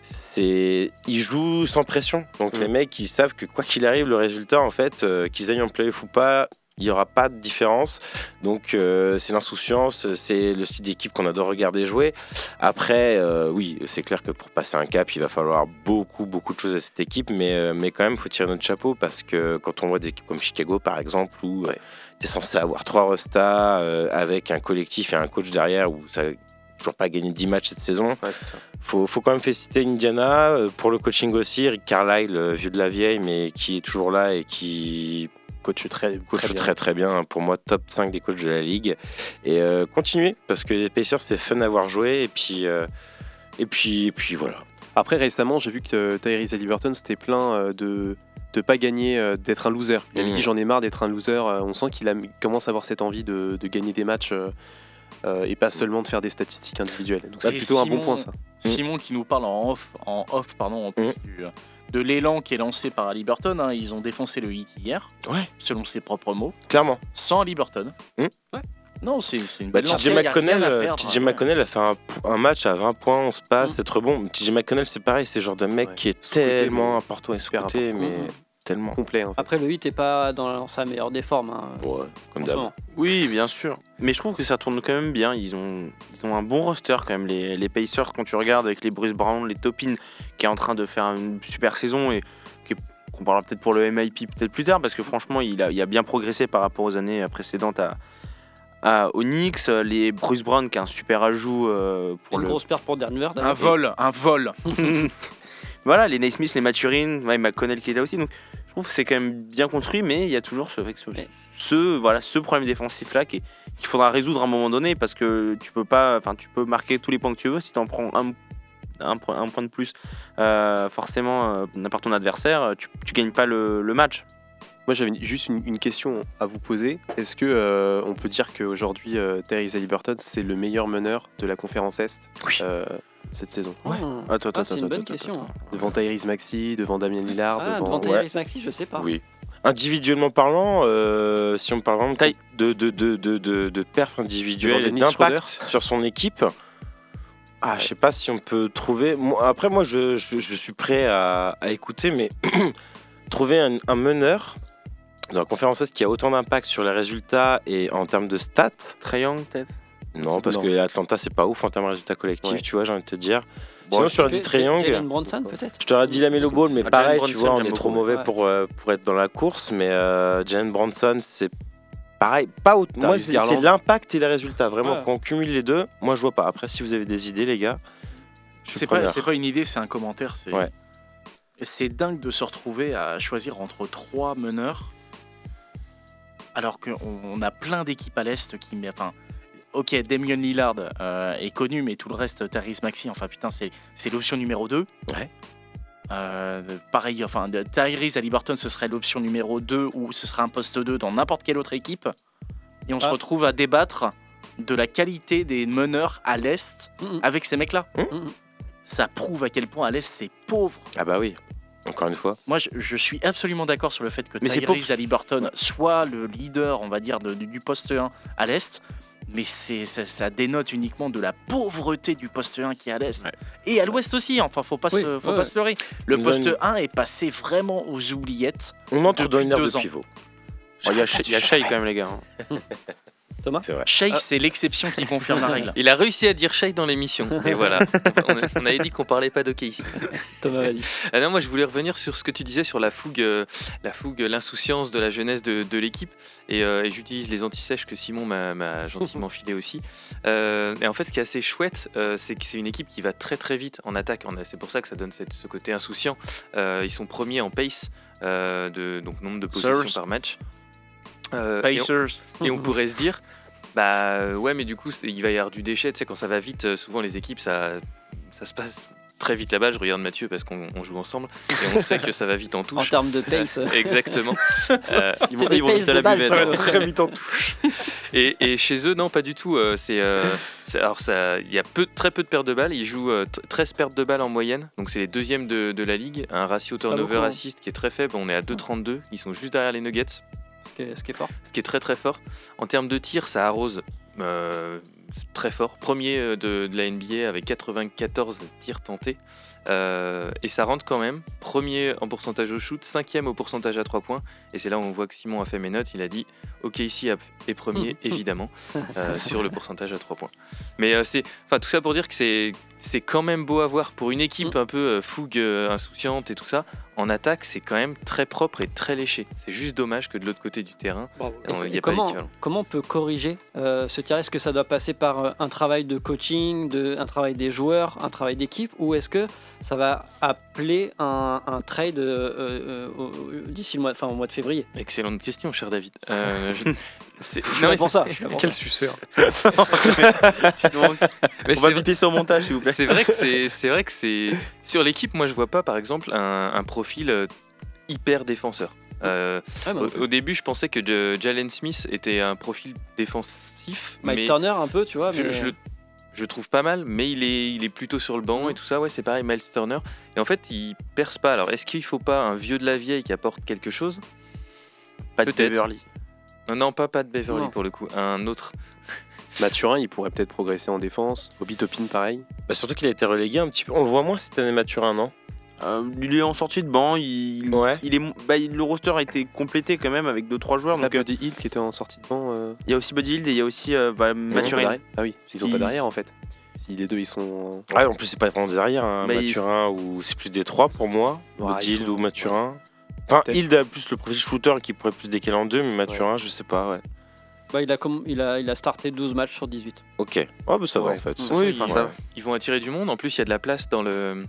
c'est ils jouent sans pression. Donc les mecs, ils savent que quoi qu'il arrive, le résultat, en fait, euh, qu'ils aillent en playoff ou pas, il n'y aura pas de différence. Donc euh, c'est l'insouciance, c'est le style d'équipe qu'on adore regarder jouer. Après, euh, oui, c'est clair que pour passer un cap, il va falloir beaucoup, beaucoup de choses à cette équipe, mais, euh, mais quand même, faut tirer notre chapeau parce que quand on voit des équipes comme Chicago, par exemple, où tu es censé avoir trois rostas euh, avec un collectif et un coach derrière, où ça n'a toujours pas gagné 10 matchs cette saison,
Ouais, c'est ça.
faut, faut quand même féliciter Indiana euh, pour le coaching aussi. Rick Carlisle, euh, vieux de la vieille, mais qui est toujours là et qui
coach très,
coach
très bien.
très très bien. Pour moi, top 5 des coachs de la ligue. Et euh, continuez, parce que les Pacers, c'est fun à voir jouer. Et puis, euh, et puis, et puis voilà.
Après, récemment, j'ai vu que euh, Tyrese Halliburton s'était plaint euh, de de pas gagner, euh, d'être un loser. Il avait
Mhm.
dit j'en ai marre d'être un loser. Euh, On sent qu'il a- il commence à avoir cette envie de, de gagner des matchs euh, euh, et
Mhm.
pas seulement de faire des statistiques individuelles.
Bah,
Donc c'est
Et
plutôt un bon
Simon-
point ça.
Simon qui nous parle en off, en off pardon, en plus du, euh, de l'élan qui est lancé par Halliburton. hein. Ils ont défoncé le hit hier,
Ouais.
selon ses propres mots,
Clairement.
sans Halliburton.
Hmm.
Ouais.
Non, c'est c'est une
Bah,
belle
TJ
lancée, y a rien
McConnell,
à
euh,
perdre, hein.
TJ
ouais.
McConnell a fait un, p- un match à 20 points, 11 passes,
Mm.
7 rebonds. TJ McConnell, c'est pareil, c'est le genre de mec
Ouais.
qui est
Sous-coté,
tellement
mais-
important et sous
hyper
côté
important.
mais tellement.
Complet. hein.
Ah,
en fait.
Après, le hit est pas dans sa meilleure des formes. hein,
Ouais, comme
en ce
d'hab.
moment.
Oui, bien sûr. Mais je trouve que ça tourne quand même bien. Ils ont, ils ont un bon roster quand même. Les, les Pacers, quand tu regardes avec les Bruce Brown, les Topin, qui est en train de faire une super saison et qui est- qu'on parlera peut-être pour le MIP peut-être plus tard, parce que franchement, il a, il a bien progressé par rapport aux années précédentes à, à Onyx. Les Bruce Brown, qui a un super ajout euh, pour
Une
le,
grosse perte pour Denver.
Un
d'ailleurs.
vol, un vol.
voilà, les Naismith, les Maturin, ouais, McConnell qui est là aussi. Donc, je trouve que c'est quand même bien construit, mais il y a toujours ce, ce,
Mais-
ce- voilà, ce problème défensif-là qui- qu'il faudra résoudre à un moment donné parce que tu peux pas, enfin, tu peux marquer tous les points que tu veux si tu en prends un. Un, point- un point de plus, euh, forcément, euh, n'importe ton adversaire, tu, tu gagnes pas le, le match.
Moi j'avais une- juste une, une question à vous poser. Est-ce que euh, on peut dire qu'aujourd'hui euh, Tyrese Halliburton c'est le meilleur meneur de la conférence Est euh, cette saison
Hmm.
Attends,
Ah, c'est une bonne question.
Devant Tyrese Maxi, devant Damien Lillard,
Ah,
devant,
devant
Ouais.
Tyrese Maxi, je sais pas.
Oui. Individuellement parlant, euh, si on parle vraiment
Taille.
de, de, de, de, de, de perf individuelle
Devant
et
Dennis
d'impact sur son équipe, ah, je sais pas si on peut trouver. moi- après, moi, je, je- je suis prêt à, à écouter, mais trouver un, un meneur dans la conférence Est qui a autant d'impact sur les résultats et en termes de stats,
Triangle, peut-être
non, parce
Non.
que Atlanta, c'est pas ouf en termes de résultats collectifs,
Ouais.
tu vois, j'ai envie de te dire.
Bon,
Sinon, je t'aurais dit
Jalen-
Triangle.
Jalen Bronson, peut-être
Je t'aurais dit la Melo Ball, mais
Ah, Jalen
pareil, tu
Brunson,
vois, on
j'aime
est trop
beaucoup,
mauvais
ouais.
pour, euh, pour être dans la course. Mais euh, Jalen Bronson, c'est pareil. Pas au- Moi, c'est
Garland.
c'est l'impact et les résultats. Vraiment,
Ouais.
quand on cumule les deux, moi, je vois pas. Après, si vous avez des idées, les gars, je suis
C'est pas,
preneur.
c'est pas une idée, c'est un commentaire. C'est
Ouais.
c'est dingue de se retrouver à choisir entre trois meneurs, alors qu'on on a plein d'équipes à l'est qui, met- enfin, ok, Damien Lillard euh, est connu, mais tout le reste, Tyrese Maxi, enfin putain, c'est c'est l'option numéro 2.
Ouais.
pareil, enfin, de- Tyrese Halliburton, ce serait l'option numéro 2 ou ce serait un poste 2 dans n'importe quelle autre équipe. Et on se
Ah.
retrouve à débattre de la qualité des meneurs à l'Est
Mm,
Mhm.
avec ces mecs-là
Mhm.
ça prouve à quel point Alès c'est pauvre.
Ah, bah oui, encore une fois.
Moi, je, je suis absolument d'accord sur le fait que
Mais c'est
Tyrese
pauvre.
Halliburton soit le leader, on va dire, de- du, du poste 1 à l'Est, mais c'est, ça, ça dénote uniquement de la pauvreté du poste 1 qui est à l'Est. Et à l'Ouest aussi, enfin, faut pas,
Oui,
se, faut
ouais.
pas se leurrer. Le
Une
poste
bonne-
1 est passé vraiment aux oubliettes.
On entre dans
Depuis
une ère
deux
de
ans.
pivot. Oh,
Il
Ah,
y a Shai- il y a Shai quand même, les gars. hein.
C'est vrai.
Shake, c'est l'exception qui confirme la règle.
Il a réussi à dire Shai dans l'émission. Et voilà. on, a- on avait dit qu'on parlait pas d'hockey ici.
Thomas Valli.
Ah non, moi je voulais revenir sur ce que tu disais sur la fougue, euh, la fougue, l'insouciance de la jeunesse de, de l'équipe. Et, euh, et j'utilise les antisèches que Simon m'a m'a gentiment filé aussi. Euh, et en fait, ce qui est assez chouette, euh, c'est que c'est une équipe qui va très très vite en attaque. On a- C'est pour ça que ça donne cette- ce côté insouciant. Euh, ils sont premiers en pace, euh, de, donc nombre de possessions
Sirs.
par match. Euh, et on-
Pacers.
et on pourrait se dire, bah ouais, mais du coup, c'est- il va y avoir du déchet. Tu sais, quand ça va vite, euh, souvent les équipes, ça, ça se passe très vite là-bas. Je regarde Mathieu parce qu'on on joue ensemble et on sait que ça va vite en
En
touche.
termes de pace.
Exactement. Euh,
Ils
C'est des paces
vite à
de
la
balle,
buvette,
Ça
ça.
hein.
va très vite en touche.
et, et chez eux, non, pas du tout. Euh, c'est euh, c'est- alors ça, il y a peu, très peu de pertes de balles. Ils jouent euh, t- 13 pertes de balles en moyenne, donc c'est les deuxièmes de, de la ligue. Un ratio turnover
beaucoup, hein.
assist qui est très faible. On est à 2,32. Ils sont juste derrière les Nuggets.
ce, qui est, ce qui est fort.
ce qui est très très fort. En termes de tir, ça arrose euh, très fort. Premier euh, de, de la NBA avec 94 tirs tentés. Euh, et ça rentre quand même. Premier en pourcentage au shoot, cinquième au pourcentage à 3 points. Et c'est là où on voit que Simon a fait mes notes. Il a dit Ok, ici est premier, évidemment, euh, sur le pourcentage à 3 points. Mais euh, c'est. Enfin, tout ça pour dire que c'est c'est quand même beau à voir. Pour une équipe un peu euh, fougue, euh, insouciante et tout ça, en attaque, c'est quand même très propre et très léché. C'est juste dommage que de l'autre côté du terrain,
Et
non, il
co-
n'y a pas
comment,
d'équivalent.
comment on peut corriger euh, ce tir Est-ce que ça doit passer par euh, un travail de coaching, de, un travail des joueurs, un travail d'équipe, ou est-ce que ça va appeler un, un trade euh, euh, euh, d'ici le mois, enfin, au mois de février
Excellente question, cher David. Euh, je- c'est-
Je suis
non,
là
mais
pour
c'est-
ça. je suis là pour
Quel suceur.
tu te rends compte. Mais
On va
c'est vrai-
piper sur montage, s'il vous plaît.
c'est vrai que c'est c'est vrai que c'est sur l'équipe. Moi, je vois pas, par exemple, un, un profil euh, hyper défenseur. Euh,
ça. Ouais, mais-
au, au début, je pensais que de- Jalen Smith était un profil défensif,
Mike
mais
Turner, un peu, tu vois.
je,
mais-
je le je le trouve pas mal, mais il est, il est plutôt sur le banc
Mm.
et tout ça. Ouais, c'est pareil, Miles Turner. Et en fait, il perce pas. Alors, est-ce qu'il faut pas un vieux de la vieille qui apporte quelque chose
Pas de
peut-être.
Beverly.
Non, Ah non, pas, pas de Beverly
Non.
pour le coup. Un autre.
Mathurin, il pourrait peut-être progresser en défense. Obi Topin, pareil.
Bah, surtout qu'il a été relégué un petit peu. On le voit moins cette année, Mathurin, non
Euh, il est en sortie de banc. Il,
Ouais.
il est, bah, il- le roster a été complété quand même avec 2-3 joueurs.
Donc,
Donc, euh,
Buddy Hill qui était en sortie de banc. euh,
il y a aussi Buddy Hield et il y a aussi euh, bah,
ils ont
Mathurin.
pas d'arrière. Ah oui, ils ont pas
Il-
derrière en fait. Si les deux ils sont.
Ouais, en plus, c'est pas vraiment des arrières, hein,
Bah, il-
Mathurin, ou c'est plus des trois pour moi,
Ouais,
Buddy
ils
Hield
sont-
ou Mathurin. Enfin,
Peut-être.
Hild a plus le profil shooter qui pourrait plus décaler en deux, mais Mathurin, je sais pas, ouais.
Bah, il, a comm- il, a, il a starté 12 matchs sur 18.
Ok. Oh, bah ça va
Ouais.
en fait. enfin,
Oui, ils,
ça va.
ils vont attirer du monde. En plus, il y a de la place dans le,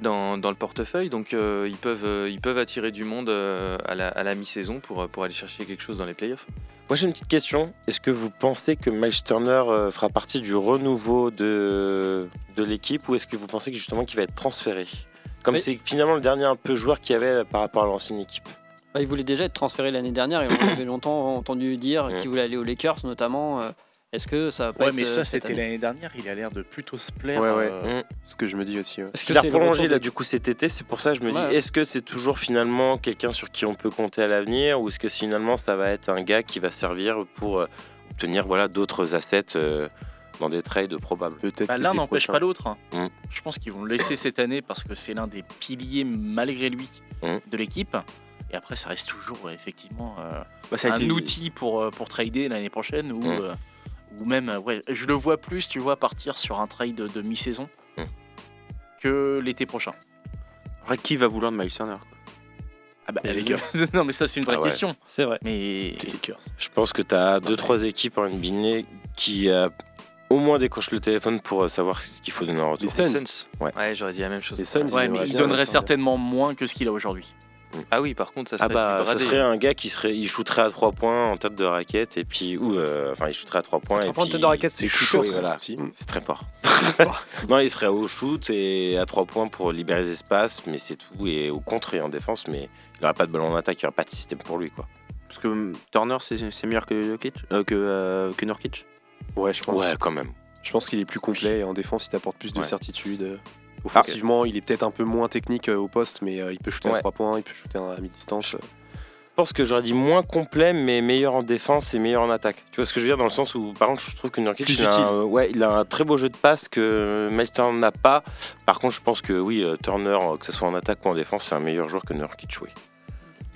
dans, dans le portefeuille. Donc, euh, ils, peuvent, euh, ils peuvent attirer du monde euh, à la, à la mi-saison pour, euh, pour aller chercher quelque chose dans les playoffs.
Moi, j'ai une petite question. Est-ce que vous pensez que Miles Turner euh, fera partie du renouveau de, de l'équipe ou est-ce que vous pensez que justement qu'il va être transféré Comme
Mais-
c'est finalement le dernier un peu joueur qu'il y avait par rapport à l'ancienne équipe.
Bah, il voulait déjà être transféré l'année dernière et on avait longtemps entendu dire
Ouais.
qu'il voulait aller aux Lakers notamment. euh, Est-ce que ça va pas
Ouais,
être,
mais
euh,
ça,
cette
c'était
année
l'année dernière. Il a l'air de plutôt se plaire.
Ouais, ouais.
euh,
Ce que je me dis aussi. ouais.
Est-ce que
Il a
c'est le
prolongé
retour
là
de-
du coup cet été, c'est pour ça que je me
Ouais.
dis est-ce que c'est toujours finalement quelqu'un sur qui on peut compter à l'avenir ou est-ce que finalement ça va être un gars qui va servir pour euh, obtenir voilà d'autres assets euh, dans des trades probables
Peut-être.
Bah,
que
l'un
t'es
n'empêche
prochain.
pas l'autre. hein.
Mm.
Je pense qu'ils vont le laisser cette année parce que c'est l'un des piliers, malgré lui,
Mm.
de l'équipe. Et après, ça reste toujours, ouais, effectivement, euh,
Bah, ça a
un
été-
outil pour, euh, pour trader l'année prochaine. Ou,
Mm.
euh, ou même, euh, ouais, je le vois plus, tu vois, partir sur un trade de, de mi-saison
Mm.
que l'été prochain.
Après, qui va vouloir de Miles Turner quoi
Ah bah,
Les Lakers.
non, mais ça, c'est une vraie
Ah ouais.
question.
C'est vrai.
Mais
Les Lakers.
Je pense que tu as deux trois équipes en NBA qui euh, au moins décrochent le téléphone pour euh, savoir ce qu'il faut donner en retour.
Les Suns.
Ouais.
j'aurais dit la même chose.
Les
Ouais,
Suns, ils
mais
aimeraient
il
bien
donnerait
le sortir.
certainement moins que ce qu'il a aujourd'hui.
Ah oui, par contre, ça
Ah
serait
bah,
du
ça
bradé.
serait un gars qui serait, il shooterait à 3 points en table de raquette et puis ou euh, enfin il shooterait à 3 points
À
et
trois points en
puis-
table de raquette, c'est
oui,
chaud,
oui,
ça,
voilà.
aussi.
C'est très fort. non, il serait au shoot et à 3 points pour libérer les espaces, mais c'est tout et au contre et en défense, mais il n'aurait pas de ballon en attaque, il n'y aurait pas de système pour lui quoi.
Parce que hum, Turner, c'est c'est meilleur que, Jokic, euh, que, euh, que Nurkic.
Ouais, je pense.
Ouais, quand même.
Je pense qu'il est plus complet et en défense, il t'apporte plus de
Ouais.
certitude. euh.
Ah,
Offensivement, il est peut-être un peu moins technique euh, au poste, mais euh, il peut shooter
Ouais.
à 3 points, il peut shooter à mi-distance.
Je pense que j'aurais dit moins complet, mais meilleur en défense et meilleur en attaque. Tu vois ce que je veux dire dans le sens où, par contre, je trouve que Nurkic,
Plus
il a,
utile.
un, ouais, il a un très beau jeu de passe que Meister n'a pas. Par contre, je pense que oui, euh, Turner, euh, que ce soit en attaque ou en défense, c'est un meilleur joueur que Nurkic, oui.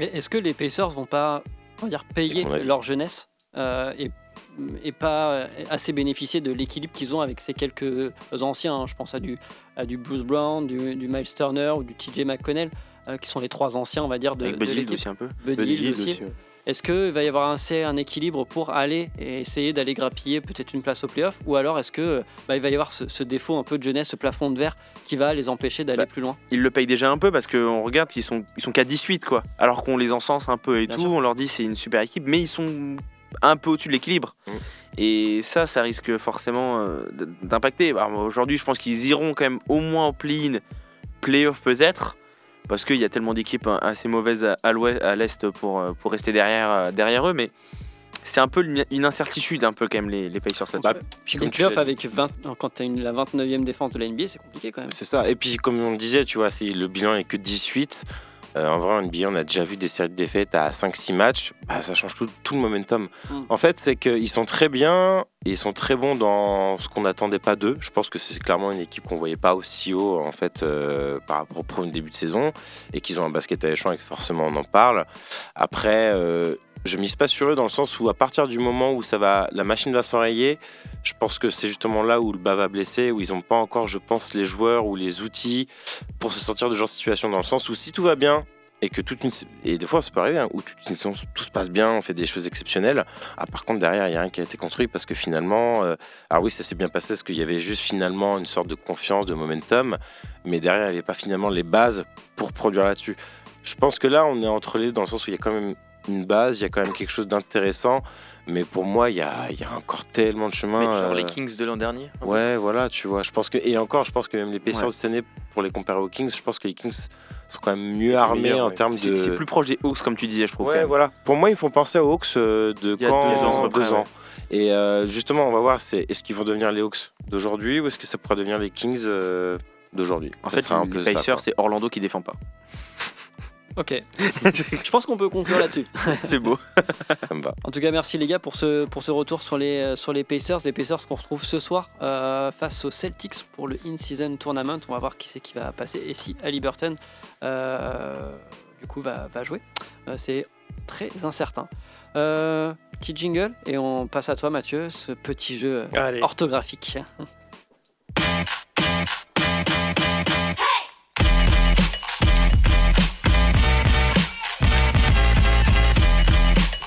Mais est-ce que les Pacers vont pas on va dire, payer
Et qu'on a vu.
leur jeunesse euh, et, et pas euh, assez bénéficier de l'équilibre qu'ils ont avec ces quelques anciens hein. Je pense à du, à du Bruce Brown, du, du Miles Turner ou du TJ McConnell, euh, qui sont les trois anciens, on va dire, de,
Avec
de
Buddy Hield
l'équipe.
aussi un peu.
Buddy
Buddy
Hield
Hield
aussi.
aussi, ouais.
Est-ce qu'il va y avoir un, c'est un équilibre pour aller et essayer d'aller grappiller peut-être une place au playoff Ou alors est-ce que bah, il va y avoir ce, ce défaut un peu de jeunesse, ce plafond de verre qui va les empêcher d'aller
Bah,
plus loin
Ils le payent déjà un peu parce qu'on regarde qu'ils sont, ils sont qu'à 18, quoi. Alors qu'on les encense un peu et
Bien
tout,
sûr.
on leur dit c'est une super équipe, mais ils sont un peu au-dessus de l'équilibre.
Mm.
Et ça, ça risque forcément euh, d- d'impacter. Alors, moi, Aujourd'hui, je pense qu'ils iront quand même au moins en play-in, play-off peut-être, parce qu'il y a tellement d'équipes hein, assez mauvaises à, à l'ouest- à l'Est pour, euh, pour rester derrière, euh, derrière eux, mais c'est un peu une une incertitude, un peu quand même, les, les Pacers là-dessus.
Bah,
Puis
comme
les
tu l'as
playoffs avec 20, quand tu as la 29e défense de la NBA, c'est compliqué quand même.
C'est ça. Et puis, comme on le disait, tu vois, c'est- le bilan est que 18. Euh, en vrai, en NBA, on a déjà vu des séries de défaites à 5-6 matchs. Bah, ça change tout, tout le momentum.
Mm.
En fait, c'est qu'ils sont très bien et ils sont très bons dans ce qu'on n'attendait pas d'eux. Je pense que c'est clairement une équipe qu'on voyait pas aussi haut en fait euh, par rapport au premier début de saison et qu'ils ont un basket alléchant et que forcément on en parle. Après, euh, je mise pas sur eux dans le sens où à partir du moment où ça va, la machine va s'enrayer, je pense que c'est justement là où le bas va blesser, où ils n'ont pas encore, je pense, les joueurs ou les outils pour se sortir de genre de situation dans le sens où si tout va bien, et que toute une et des fois ça peut arriver hein, où toute une séance tout se passe bien on fait des choses exceptionnelles ah par contre derrière il y a rien qui a été construit parce que finalement euh, ah oui ça s'est bien passé parce qu'il y avait juste finalement une sorte de confiance de momentum mais derrière il n'y avait pas finalement les bases pour produire là-dessus je pense que là on est entre les deux dans le sens où il y a quand même une base il y a quand même quelque chose d'intéressant mais pour moi il y a, il y a encore tellement de chemin
Mais genre
euh,
les Kings de l'an dernier. un peu.
Ouais, voilà, tu vois. Je pense que et encore, je pense que même les Pacers de cette année, pour les comparer aux Kings, je pense que les Kings sont quand même mieux armés
meilleurs,
en
ouais.
termes
C'est
de.
c'est plus proche des Hawks, comme tu disais, je trouve. quand
Ouais,
même.
voilà. Pour moi, ils font penser aux Hawks euh, de
Il y a
quand
deux ans, à peu près,
deux ans. Et euh, justement, on va voir, c'est est-ce qu'ils vont devenir les Hawks d'aujourd'hui ou est-ce que ça pourrait devenir les Kings euh, d'aujourd'hui
En
Ça
fait,
sera un peu
les
ça,
Pacers,
quoi.
c'est Orlando qui défend pas.
Ok. je pense qu'on peut conclure là-dessus.
C'est beau.
ça me va.
En tout cas, merci les gars pour ce, pour ce retour sur les, euh, sur les Pacers. Les Pacers qu'on retrouve ce soir euh, face aux Celtics pour le in-season tournament. On va voir qui c'est qui va passer et si Halliburton euh, du coup va, va jouer. Euh, c'est très incertain. Euh, petit jingle et on passe à toi Mathieu, ce petit jeu euh,
Allez.
orthographique.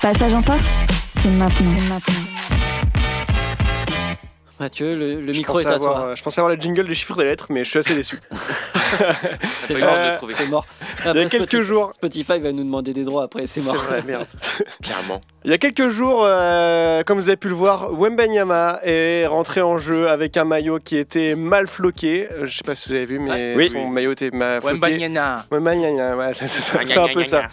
Passage en force, c'est maintenant.
Mathieu, le, le
Je
micro
pensais
est à
avoir,
toi. Ah,
euh, Je pensais avoir la jingle des chiffres des lettres, mais je suis assez déçu.
T'as pas eu le temps de le
euh,
trouver.
C'est mort.
Il y
Après,
a quelques
Spotify,
jours.
Spotify va nous demander des droits après, c'est
C'est
mort.
vrai, merde.
Clairement.
Il y a quelques jours, euh, comme vous avez pu le voir, Wembanyama est rentré en jeu avec un maillot qui était mal floqué. Euh, Je sais pas si vous avez vu, mais
Oui.
son maillot était mal floqué.
Wembanyana.
Wembanyama, ouais, c'est ça, c'est un peu ça.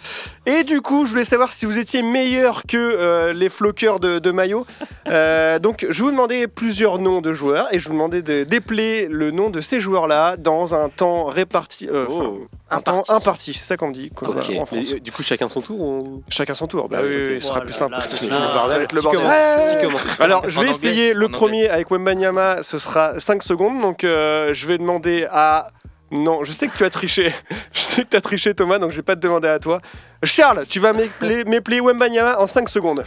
Et du coup, je voulais savoir si vous étiez meilleur que euh, les floqueurs de, de maillots. Euh, donc, je vous demandais plusieurs noms de joueurs et je vous demandais de dépeler le nom de ces joueurs-là dans un temps réparti. euh, enfin, un temps imparti, c'est ça qu'on dit quoi,
Oh. Ok. euh,
en France.
Mais, du coup, chacun son tour ou...
Chacun son tour. Bah
Ah
oui,
oui,
oui,
ok.
ce sera
Oh
plus
là
simple.
là,
parce que
c'est
sinon,
le
ça
bordel.
va être le bordel.
Qui
Ouais.
commence
Alors, je
En
vais
anglais,
essayer le
en anglais.
premier avec Wembanyama, ce sera 5 secondes, donc euh, je vais demander à... Non, je sais que tu as triché, je sais que tu as triché Thomas, donc je vais pas te demander à toi. Charles, tu vas m'épeler m'épeler Wembanyama en 5 secondes.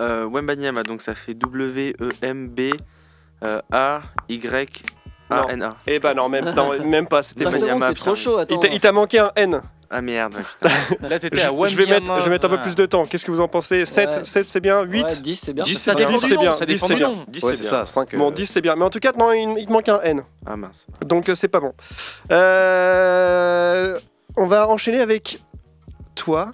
Euh, Wembanyama, donc ça fait W-E-M-B-A-Y-A-N-A.
Eh ben non, même, même pas, c'était...
Cinq
Wembanyama,
secondes, c'est
putain,
trop
mais-
chaud. Attends.
Il t'a- il t'a manqué un N.
Ah merde, ouais, putain.
Là, t'étais
Je,
à
je vais mettre,
Wembanyama.
je vais mettre un peu plus de temps. Qu'est-ce que vous en pensez 7,
Ouais.
7 c'est bien 8
Ouais, 10, c'est bien.
Dix,
Ça
c'est
dépend
bien.
dix,
du
c'est
nom,
bien,
ça
dix,
dépend
c'est
du
bien.
nom.
Dix,
Ouais,
c'est
c'est
ça, euh, 5.
Bon, 10 c'est bien. Mais en tout cas, non, il, il te manque un N.
Ah mince.
Donc euh, c'est pas bon. Euh, on va enchaîner avec toi.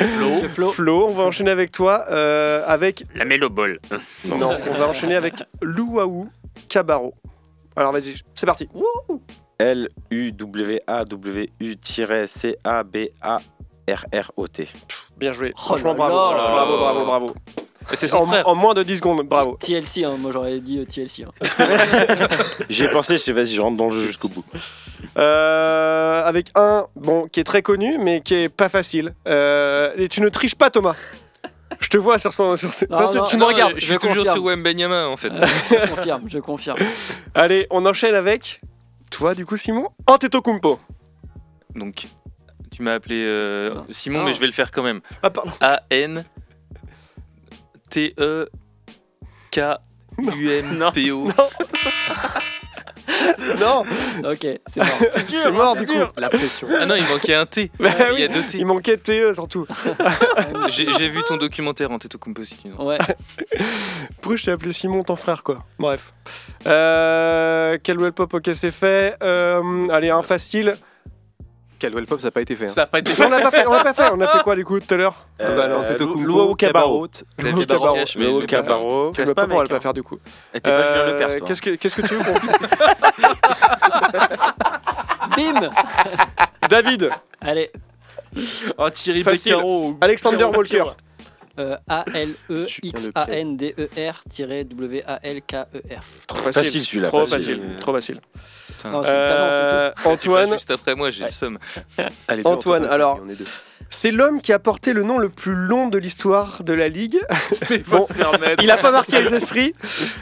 Monsieur Flo.
Flo, on va enchaîner avec toi. euh, avec
La mélobol.
non. on va enchaîner avec Louaou Cabarro. Alors vas-y, c'est parti.
L U W A W U C A B A R R O T.
Bien joué.
Oh
Franchement,
là
bravo,
là.
bravo, bravo, bravo.
Mais C'est son
En,
frère.
en moins de 10 secondes, bravo.
TLC, hein, moi j'aurais dit euh, TLC. hein.
J'ai pensé, je te vas-y, je rentre dans le jeu jusqu'au bout.
Euh, avec un, bon, qui est très connu, mais qui est pas facile. Euh, et tu ne triches pas, Thomas. Je te vois sur son. Sur... ce-
Non,
tu-
non,
tu me
Non,
regardes.
Je
je
suis toujours
confirme.
sur Wembenyama en fait.
je confirme, je confirme.
Allez, on enchaîne avec toi, du coup, Simon. Antetokounmpo.
Donc, tu m'as appelé euh,
Non.
Simon,
Non.
mais je vais le faire quand même.
Ah, pardon.
E A-N-T-E-K-U-M-P-O.
Non,
Ok, c'est bon.
c'est mort, du coup.
La pression.
Ah non, il manquait un T.
Bah
Il y
oui,
a deux T.
Il manquait TE surtout.
J'ai j'ai vu ton documentaire en tête au composite.
Ouais,
Pourquoi je t'ai appelé Simon, ton frère, quoi Bref. Euh, Caldwell Pop, ok, c'est fait. Euh, allez, un facile.
Caldwell Pop, ça n'a pas été fait. hein.
Ça
Bah,
n'a pas été
On l'a pas fait, on l'a pas fait. On a fait quoi, du coup, tout à l'heure
Euh,
Bah,
Luau Cabarro.
David
Cabaret.
Orkesh, mais
Luau
le-
Cabarro.
Tu
Je
restes
pas
pas,
pourquoi on
mec.
l'a pas faire,
hein.
du coup.
Et t'es pas Julien
Euh,
Lepers, toi.
Qu'est-ce que, qu'est-ce que tu veux qu'on
bim
David,
Allez,
Un Thierry
Facile.
Beccaro.
Alexander Walker.
euh, E A-L-E-X-A-N-D-E-R-W-A-L-K-E-R.
Trop
Facile celui-là.
Trop
facile.
facile, trop facile.
Putain,
Non,
tu
c'est le talent, c'est tout.
Euh,
passes
Antoine,
Juste après moi, j'ai le seum.
Allez, deux,
Antoine,
ça,
alors-
on est deux.
c'est l'homme qui a porté le nom le plus long de l'histoire de la Ligue. Bon,
Permettre.
il n'a pas marqué les esprits.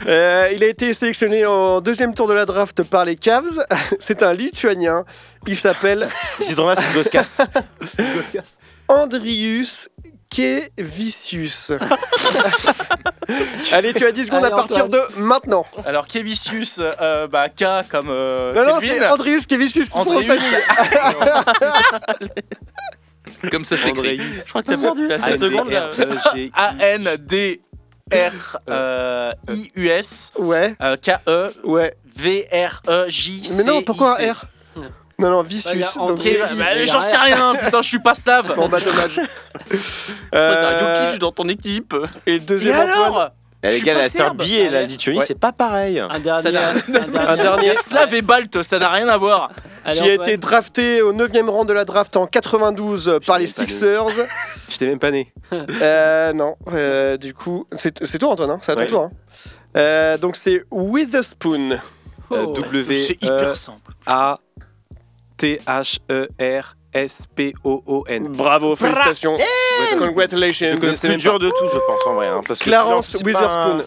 Euh, il a été sélectionné en deuxième tour de la draft par les Cavs. C'est un Lituanien. Il s'appelle
Citron là, c'est Goskas.
Andrius Kevicius. Allez, tu as 10 secondes
Allez,
à partir de maintenant.
Alors, Kevicius, euh, bah, K comme. euh,
Non, non,
Kelvin.
c'est Andrius Kevicius, c'est son nom de
Andrius.
famille.
Comme ça s'écrit.
Je crois que t'as perdu la seconde là.
Euh,
euh, A-N-D-R-I-U-S.
Ouais,
euh, E
ouais.
K-E-V-R-E-J-C.
Mais non, pourquoi un R Non, non, Vicius.
Bah, il y a
donc-
E
André-
J'en sais rien, putain, je suis pas slave.
Bon, bah, dommage.
T'as
Euh,
Jokic dans ton équipe.
et le
Et
deuxième Antoine.
alors
Eh, les
suis
gars,
pas
la
serbe.
Serbie et la Lituanie,
Ouais.
c'est pas pareil.
Un
Ça
dernier.
n'a-
Un dernier.
Les Slaves et Baltes, ça n'a rien à voir.
Allez,
qui a
Antoine.
été drafté au 9 e rang de la draft en 92 par les
l'ai pas lu.
Sixers.
J'étais même pas né.
Euh, non, euh, du coup, c'est c'est toi Antoine, hein, c'est à ton
Ouais.
tour. hein. Euh, donc c'est Witherspoon.
Euh,
Oh.
W
C'est hyper
E
simple.
A T H E R S P O O N.
Bravo, félicitations.
Mm.
Congratulations.
C'est le plus dur de tout, je pense, en vrai. hein, parce que
Clarence
sinon, c'est pas un-
Witherspoon.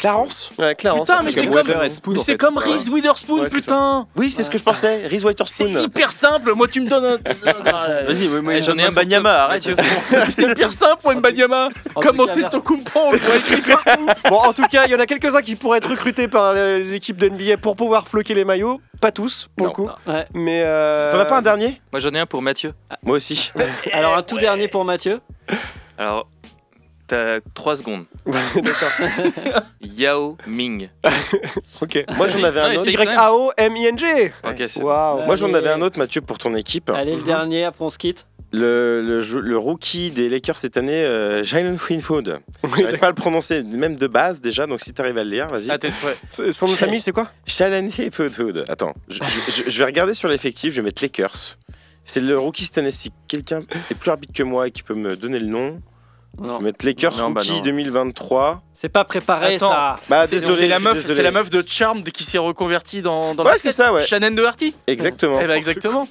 Clarence
Ouais, Clarence.
Putain, mais c'est
comme
comme,
Weber et Spoon,
mais
en
c'est
fait.
comme
Ouais.
Reese Witherspoon,
Ouais, c'est
putain.
Oui, c'est ce que je pensais. Reese
C'est
Witherspoon.
hyper simple. Moi, tu me donnes un.
Vas-y, ouais, moi,
Eh, j'en ai un pour
Banyama, arrête.
Mathieu.
C'est hyper simple, ouais, Banyama.
En tout
Comment
cas,
t'es
merci.
ton comprend
Bon, en tout cas, il y en a quelques-uns qui pourraient être recrutés par les équipes de NBA pour pouvoir floquer les maillots. Pas tous, pour le
Non.
coup.
Ouais.
Mais. Euh...
T'en as pas un dernier
Moi j'en ai un pour Mathieu.
Moi aussi.
Alors, un tout dernier pour Mathieu.
Alors, t'as 3 secondes.
Ouais, D'accord.
Yao Ming.
Ok.
Moi, j'en avais
Non,
un
mais
autre.
c'est excellent.
Y-A-O-M-I-N-G.
Ok, c'est-
Waouh.
Moi, j'en avais un autre, Mathieu, pour ton équipe.
Allez, le dernier, après on se quitte.
Le, le, jou- le rookie des Lakers cette année, euh, Jalen Winfield. J'arrive pas à le prononcer, même de base déjà, donc si t'arrives à le lire, vas-y.
Ah, t'es prêt.
C'est- Son nom de famille, c'est quoi
Jalen Winfield. Attends, je, je- je- je vais regarder sur l'effectif, je vais mettre Lakers. C'est le rookie cette année. Si quelqu'un est plus rapide que moi et qui peut me donner le nom, je
Non,
vais mettre Lakers
Non, bah
rookie
non.
2023.
c'est pas préparé
Attends.
ça.
Bah
C'est
désolé,
c'est la
je suis
meuf,
désolé.
c'est la meuf de Charmed qui s'est reconvertie dans dans le
Ouais,
basket.
c'est ça, ouais.
Shannon Doherty.
Exactement.
Eh ben exactement.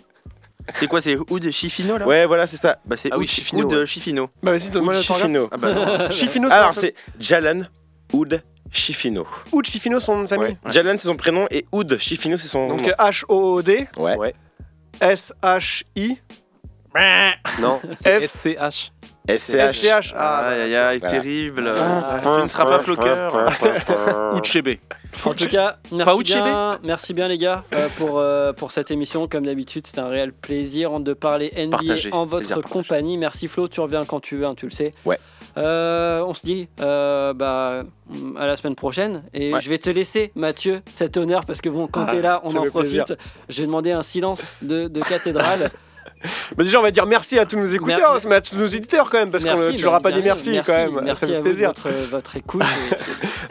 C'est quoi, c'est Oud Chifino là
Ouais, voilà, c'est ça.
Bah, c'est
Ah oui,
Oud
Chifino,
Oud
ouais.
Chifino.
Bah, vas-y, donne-moi
Oud
le temps.
Chifino.
Ah bah non.
Chifino, c'est
Alors
son-
c'est Jalen Oud Chifino.
Ou Chifino, son nom de famille.
Ouais.
Jalen c'est son prénom et Oud Chifino c'est son
Donc
nom.
H-O-O-D,
Ouais.
S-H-I,
Non, c'est S C H.
SCH.
S-C-H. Ah,
Aïe aïe aïe,
Voilà.
terrible.
Ah.
Tu ne seras pas
Ah,
floqueur.
Ou Chebe.
En tout cas,
Pas
merci
Uchebe.
bien, merci bien les gars euh, pour, euh, pour cette émission. Comme d'habitude, c'est un réel plaisir de parler NBA
Partagé.
en votre
Plaisir partagé.
compagnie. Merci Flo, tu reviens quand tu veux, hein, tu le sais.
Ouais.
Euh, on se dit euh, bah, à la semaine prochaine. Et
Ouais.
je vais te laisser, Mathieu, cet honneur, parce que bon, quand
Ah,
t'es là, on
ça
en
fait plaisir.
profite. Je vais demander un silence de, de cathédrale.
Bah déjà, on va dire merci à tous nos écouteurs, mais à tous nos éditeurs quand même, parce qu'on
Merci,
tu leur as
Marie
pas dit
Garnier.
merci, quand même.
Merci
ça
à
fait
vous
plaisir.
de votre, votre écoute.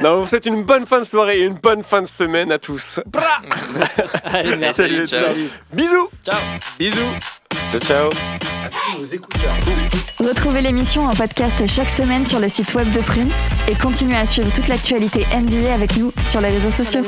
Non, on vous souhaite une bonne fin de soirée et une bonne fin de semaine à tous.
Allez, merci.
Salut, ciao.
Salut.
Bisous
Bisous.
Ciao ciao.
Retrouvez l'émission en podcast chaque semaine sur le site web de Prune et continuez à suivre toute l'actualité NBA avec nous sur les réseaux sociaux.